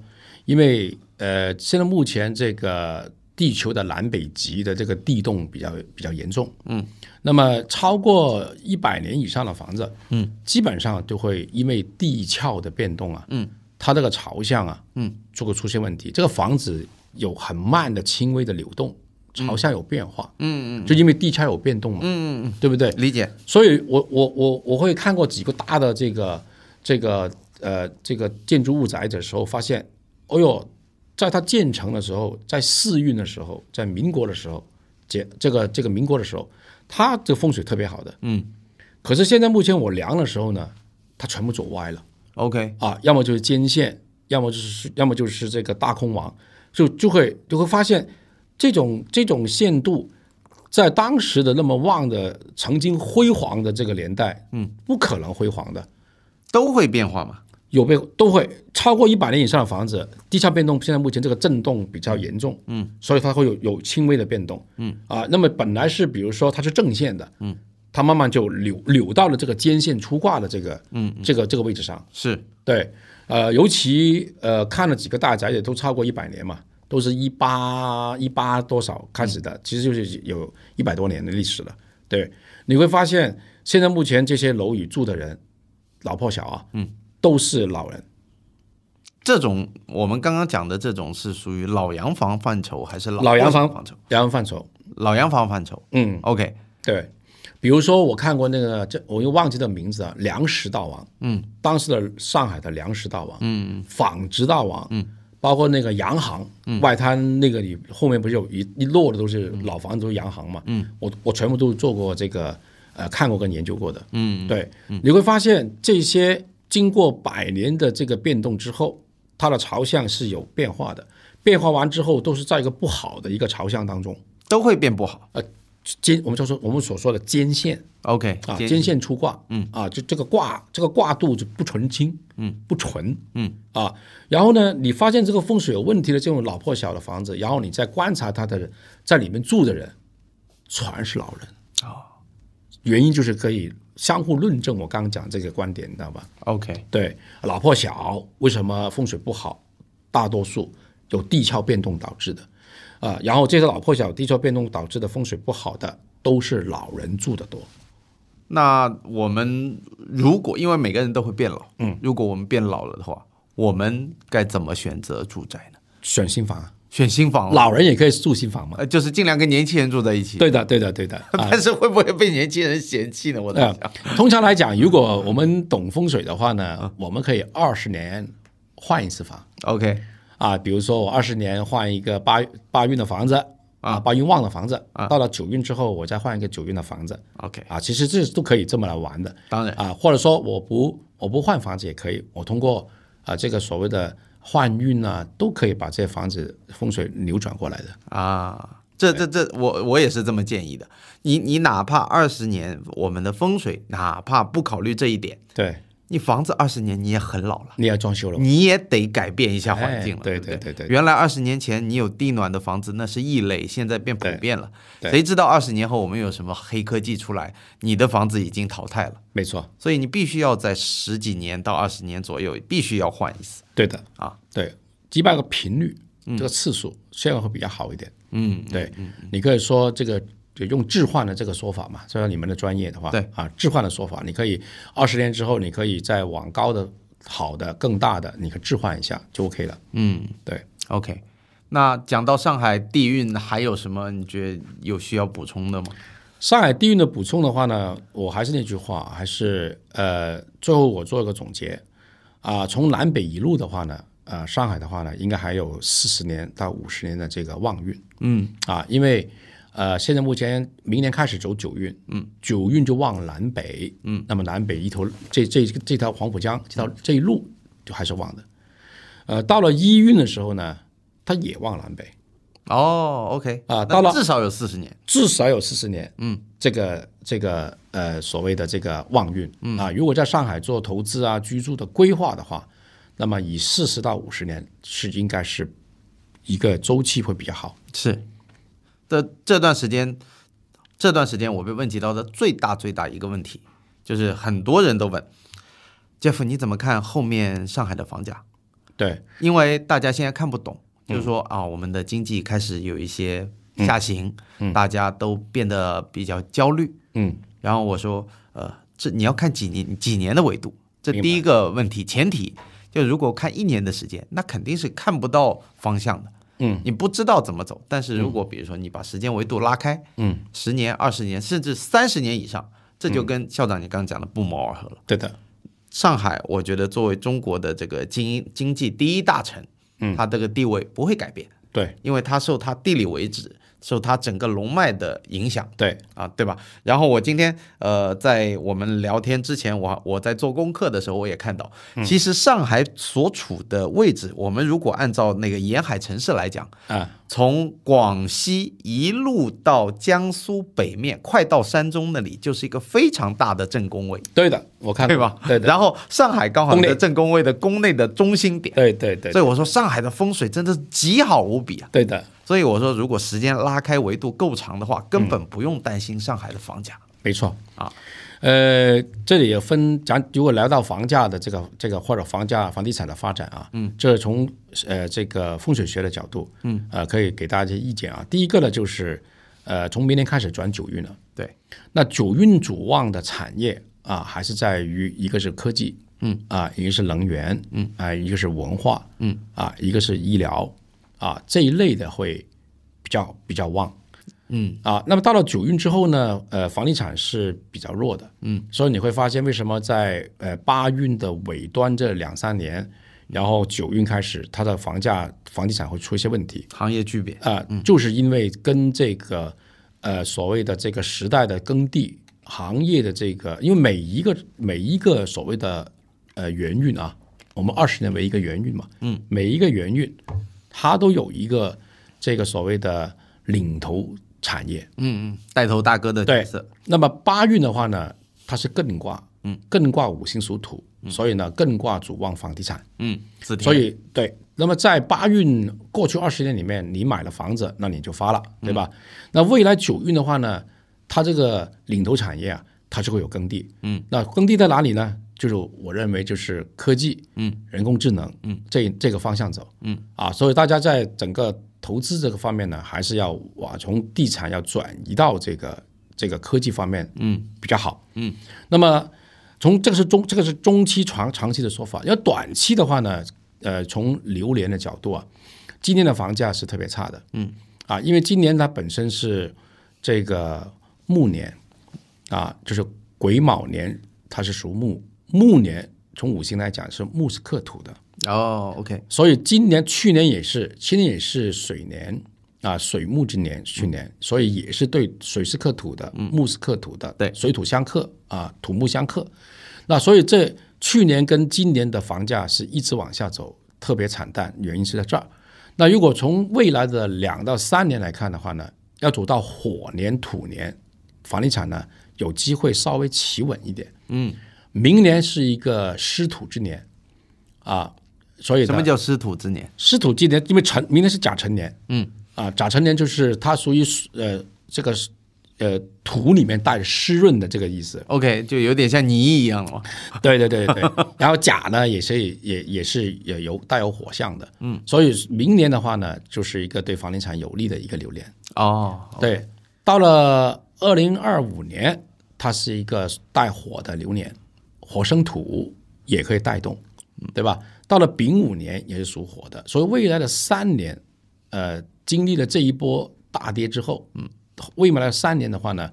Speaker 2: 因为呃，现在目前这个地球的南北极的这个地动比较比较严重，嗯，那么超过一百年以上的房子，嗯，基本上就会因为地壳的变动啊，嗯，它这个朝向啊，嗯，就会出现问题。这个房子有很慢的轻微的流动，朝向有变化，嗯嗯，就因为地壳有变动嘛，嗯嗯，对不对？
Speaker 1: 理解。
Speaker 2: 所以我我我我会看过几个大的这个这个呃这个建筑物宅的时候，发现，哎哦哟，在它建成的时候，在试运的时候，在民国的时候，结这个这个民国的时候，它这个风水特别好的。
Speaker 1: 嗯
Speaker 2: 可是现在目前我量的时候呢，它全部走歪了
Speaker 1: ，OK，
Speaker 2: 啊，要么就是肩线，要么就是要么就是这个大空王，就就会就会发现这种这种限度。在当时的那么旺的、曾经辉煌的这个年代，嗯，不可能辉煌的，
Speaker 1: 都会变化嘛。
Speaker 2: 有被都会超过一百年以上的房子，地壳变动现在目前这个震动比较严重，嗯，所以它会有有轻微的变动，嗯啊，那么本来是比如说它是正线的，嗯，它慢慢就扭扭到了这个肩线出挂的这个，嗯，这个这个位置上，
Speaker 1: 是，
Speaker 2: 对，呃，尤其呃看了几个大宅也都超过一百年嘛，都是一八一八多少开始的，其实就是有一百多年的历史了，对，你会发现现在目前这些楼宇住的人，老破小啊，嗯，都是老人。
Speaker 1: 这种我们刚刚讲的这种是属于老洋房范畴还是老
Speaker 2: 老洋房
Speaker 1: 范畴？
Speaker 2: 洋房范畴。
Speaker 1: 老洋房范畴。
Speaker 2: 嗯，
Speaker 1: OK，
Speaker 2: 对，比如说我看过那个，这我又忘记这个名字啊，粮食大王，嗯，当时的上海的粮食大王，嗯，纺织大王，嗯，包括那个洋行，嗯，外滩那个里后面不是有一一摞的都是老房子，都是洋行嘛，嗯，我我全部都做过这个，呃，看过跟研究过的，嗯，对，你会发现这些经过百年的这个变动之后，它的朝向是有变化的。变化完之后，都是在一个不好的一个朝向当中，
Speaker 1: 都会变不好。
Speaker 2: 肩我们叫做我们所说的肩线，
Speaker 1: OK，
Speaker 2: 啊，
Speaker 1: 接
Speaker 2: 肩线出挂，嗯，啊，就这个挂，这个挂度就不纯清，嗯，不纯，嗯，啊，然后呢，你发现这个风水有问题的这种老破小的房子，然后你再观察它的人，在里面住的人，全是老人，啊，原因就是可以相互论证我刚刚讲这个观点，你知道吧？
Speaker 1: OK，
Speaker 2: 对，老破小为什么风水不好？大多数有地壳变动导致的，啊、然后这些老破小地壳变动导致的风水不好的，都是老人住的多。
Speaker 1: 那我们如果因为每个人都会变老，嗯，如果我们变老了的话，我们该怎么选择住宅呢？
Speaker 2: 选新房啊，
Speaker 1: 选新房了，
Speaker 2: 老人也可以住新房嘛？
Speaker 1: 呃，就是尽量跟年轻人住在一起。
Speaker 2: 对的，对的，对的。 啊、
Speaker 1: 但是会不会被年轻人嫌弃呢？我在想，
Speaker 2: 通常来讲，如果我们懂风水的话呢，我们可以二十年换一次房
Speaker 1: OK
Speaker 2: 啊。比如说，我二十年换一个八八运的房子啊，八运旺的房子，到了九运之后，我再换一个九运的房子
Speaker 1: OK，
Speaker 2: 啊。其实这都可以这么来玩的
Speaker 1: 当然
Speaker 2: 啊，或者说我不我不换房子也可以，我通过啊这个所谓的换运啊，都可以把这些房子风水扭转过来的。
Speaker 1: 啊，这这这，我我也是这么建议的。你你哪怕二十年，我们的风水哪怕不考虑这一点，
Speaker 2: 对，
Speaker 1: 你房子二十年你也很老了。
Speaker 2: 你要装修了。
Speaker 1: 你也得改变一下环境了，
Speaker 2: 哎对
Speaker 1: 不
Speaker 2: 对
Speaker 1: 对
Speaker 2: 对对
Speaker 1: 原来二十年前你有地暖的房子那是异类，现在变普
Speaker 2: 对
Speaker 1: 遍了。
Speaker 2: 对
Speaker 1: 谁知道二十年后我们有什么黑科技出来，你的房子已经淘汰了。
Speaker 2: 没错，
Speaker 1: 所以你必须要在十几年到二十年左右，必须要换一次。
Speaker 2: 对的
Speaker 1: 啊，
Speaker 2: 对，击败个频率，这个次数效果会比较好一点。嗯，对，你可以说这个。就用置换的这个说法嘛，虽然你们的专业的话，
Speaker 1: 对
Speaker 2: 啊，置换的说法，你可以二十年之后，你可以再往高的、好的、更大的，你可以置换一下就 OK 了。嗯，对，
Speaker 1: OK，那讲到上海地运，还有什么你觉得有需要补充的吗？
Speaker 2: 上海地运的补充的话呢，我还是那句话，还是呃，最后我做一个总结啊、从南北一路的话呢，呃，上海的话呢，应该还有四十年到五十年的这个旺运，嗯啊，因为呃，现在目前明年开始走九运，嗯，九运就往南北，嗯，那么南北一头这这这条黄浦江这条这一路就还是旺的，呃，到了一运的时候呢，它也往南北，
Speaker 1: 哦，OK，
Speaker 2: 啊
Speaker 1: 那
Speaker 2: 到了
Speaker 1: 至少有四十年。
Speaker 2: 至少有四十年，嗯，这个这个呃所谓的这个旺运，嗯啊，如果在上海做投资啊、居住的规划的话，那么以四十到五十年是应该是一个周期会比较好。
Speaker 1: 是，这这段时间，这段时间我被问及到的最大最大一个问题，就是很多人都问，Jeff，你怎么看后面上海的房价？
Speaker 2: 对
Speaker 1: 因为大家现在看不懂，就是说啊，我们的经济开始有一些下行，大家都变得比较焦虑。
Speaker 2: 嗯，
Speaker 1: 然后我说，呃，这你要看几年几年的维度，这第一个问题前提。就如果看一年的时间，那肯定是看不到方向的。嗯，你不知道怎么走。但是如果比如说你把时间维度拉开，嗯，十年、二十年，甚至三十年以上，这就跟校长你刚刚讲的不谋而合了。
Speaker 2: 对的，
Speaker 1: 上海，我觉得作为中国的这个经经济第一大城，嗯，它这个地位不会改变，
Speaker 2: 对
Speaker 1: 因为它受它地理位置、受它整个龙脉的影响。
Speaker 2: 对，
Speaker 1: 啊，对吧？然后我今天呃，在我们聊天之前，我我在做功课的时候，我也看到，其实上海所处的位置，我们如果按照那个沿海城市来讲，
Speaker 2: 啊，
Speaker 1: 从广西一路到江苏北面，快到山中那里，就是一个非常大的正宫位，
Speaker 2: 对的，我看
Speaker 1: 对吧？
Speaker 2: 对的，
Speaker 1: 然后上海刚好
Speaker 2: 宫内
Speaker 1: 的正宫位的宫内的中心点，
Speaker 2: 对对对
Speaker 1: 所以我说上海的风水真的是极好无比啊。
Speaker 2: 对的，
Speaker 1: 所以我说，如果时间拉开维度够长的话，根本不用担心上海的房价。
Speaker 2: 没错
Speaker 1: 啊。
Speaker 2: 呃，这里也分，咱如果聊到房价的这个这个或者房价房地产的发展啊，嗯，这从呃这个风水学的角度，嗯，呃，可以给大家一些意见啊。第一个呢，就是呃，从明年开始转九运了。
Speaker 1: 对，
Speaker 2: 那九运主旺的产业啊，还是在于一个是科技，嗯啊，一个是能源，嗯啊，一个是文化，嗯啊，一个是医疗啊这一类的会比较比较旺。嗯啊，那么到了九运之后呢，呃，房地产是比较弱的，嗯，所以你会发现为什么在呃八运的尾端这两三年，然后九运开始，它的房价房地产会出一些问题，
Speaker 1: 行业巨变。
Speaker 2: 啊、就是因为跟这个呃所谓的这个时代的耕地行业的这个，因为每一个每一个所谓的呃元运啊，我们二十年为一个元运嘛，嗯，每一个元运它都有一个这个所谓的领头产业，
Speaker 1: 嗯嗯，带头大哥的角
Speaker 2: 对
Speaker 1: 色。
Speaker 2: 那么八运的话呢，它是艮卦，嗯，艮卦五行属土，所以呢艮卦主旺房地产。
Speaker 1: 嗯，子田
Speaker 2: 所以对，那么在八运过去二十年里面，你买了房子，那你就发了，对吧？那未来九运的话呢，它这个领头产业啊，它就会有耕地。嗯，那耕地在哪里呢？就是我认为就是科技，嗯，人工智能，嗯，这这个方向走，嗯啊，所以大家在整个投资这个方面呢，还是要往从地产要转移到这个这个科技方面，嗯，比较好，嗯。那么从这个是中这个是中期长长期的说法，要短期的话呢，呃，从流年的角度啊，今年的房价是特别差的，嗯，啊，因为今年它本身是这个木年，啊，就是癸卯年，它是属木，木年从五行来讲是木是克土的，
Speaker 1: 哦，OK，
Speaker 2: 所以今年、去年也是，今年也是水年啊，水木之年，去年，所以也是对水是克土的，木是克土的，
Speaker 1: 对
Speaker 2: 水土相克啊，土木相克。那所以这去年跟今年的房价是一直往下走，特别惨淡，原因是在这儿。那如果从未来的两到三年来看的话呢，要走到火年、土年，房地产呢有机会稍微企稳一点。嗯，明年是一个湿土之年啊，所以呢
Speaker 1: 什么叫师徒之年？
Speaker 2: 湿土今年因为辰明年是甲辰年，
Speaker 1: 嗯
Speaker 2: 啊，甲辰年就是它属于呃这个呃土里面带湿润的这个 意思。
Speaker 1: OK，就有点像泥一样了嘛。
Speaker 2: 对对对对。然后甲呢也是也也是也有带有火象的，嗯，所以明年的话呢，就是一个对房地产有利的一个流年。
Speaker 1: 哦，
Speaker 2: 对，到了二零二五年，它是一个带火的流年，火生土也可以带动，对吧？到了丙午年也是属火的，所以未来的三年，呃，经历了这一波大跌之后，嗯，未来的三年的话呢，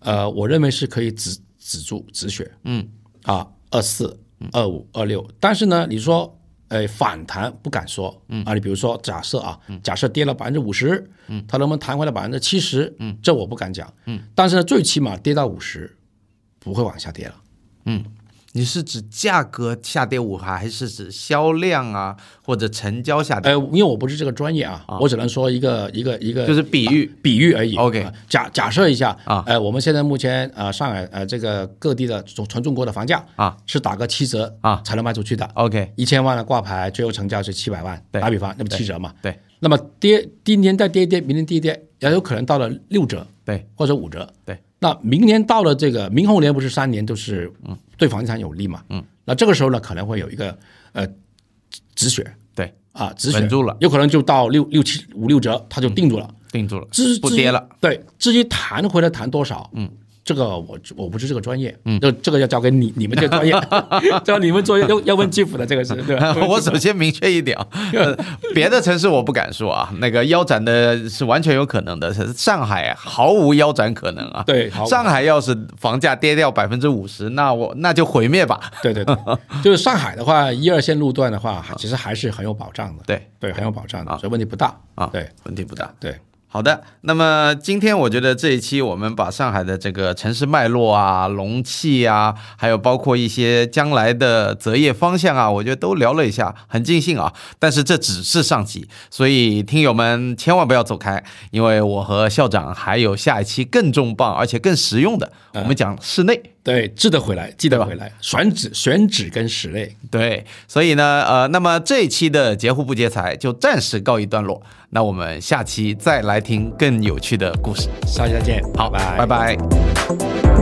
Speaker 2: 呃，我认为是可以止止住止血，嗯，啊，二四、二五、二六，但是呢，你说。呃，反弹不敢说，嗯啊，你比如说假设啊，
Speaker 1: 嗯
Speaker 2: 假设跌了百分之五十，嗯，它能不能弹回来百分之七十？嗯，这我不敢讲，嗯，但是呢，最起码跌到五十，不会往下跌了。
Speaker 1: 你是指价格下跌五趴，还是指销量啊或者成交下跌？
Speaker 2: 呃，因为我不是这个专业啊，我只能说一个一个一个，
Speaker 1: 就是比喻
Speaker 2: 啊比喻而已。
Speaker 1: OK
Speaker 2: 啊假假设一下
Speaker 1: 啊，
Speaker 2: 呃，我们现在目前呃上海呃这个各地的从全中国的房价
Speaker 1: 啊
Speaker 2: 是打个七折
Speaker 1: 啊
Speaker 2: 才能卖出去的，
Speaker 1: OK，
Speaker 2: 一千万的挂牌最后成交是七百万，
Speaker 1: 对
Speaker 2: 打比方，那么七折嘛。
Speaker 1: 对
Speaker 2: 那么跌，今年再跌一跌，明年跌一跌，也有可能到了六折
Speaker 1: 对
Speaker 2: 或者五折。
Speaker 1: 对，
Speaker 2: 那明年到了这个明后年，不是三年都是
Speaker 1: 嗯
Speaker 2: 对房地产有利嘛？嗯，那这个时候呢，可能会有一个呃止止血
Speaker 1: 对，
Speaker 2: 啊，止血
Speaker 1: 稳住了，
Speaker 2: 有可能就到六六七五六折，它就定住了。
Speaker 1: 定住了，
Speaker 2: 至
Speaker 1: 不跌了。。
Speaker 2: 至于对，至于弹回来弹多少，嗯，这个我我不是这个专业，嗯，这这个要交给你你们这个专业， 这个你们专业要要问政府的这个是对吧？
Speaker 1: 我首先明确一点 啊，呃别的城市我不敢说啊，那个腰斩的是完全有可能的，上海毫无腰斩可能啊。
Speaker 2: 对毫无
Speaker 1: 上海要是房价跌掉百分之五十，那我那就毁灭吧。
Speaker 2: 对对对，就是上海的话，一二线路段的话，还其实还是很有保障的，
Speaker 1: 对
Speaker 2: 对，很有保障的，所以问题不大
Speaker 1: 啊，
Speaker 2: 对，
Speaker 1: 问题不大。
Speaker 2: 对，
Speaker 1: 好的，那么今天我觉得这一期我们把上海的这个城市脉络啊、容器啊，还有包括一些将来的择业方向啊，我觉得都聊了一下，很尽兴啊。但是这只是上集，所以听友们千万不要走开，因为我和校长还有下一期更重磅而且更实用的，我们讲室内。
Speaker 2: 对，记得回来，记得回来，选址选址跟室内，
Speaker 1: 对，所以呢，呃，那么这一期的截胡不截财就暂时告一段落，那我们下期再来听更有趣的故事。
Speaker 2: 下期再见，
Speaker 1: 好，拜
Speaker 2: 拜
Speaker 1: 拜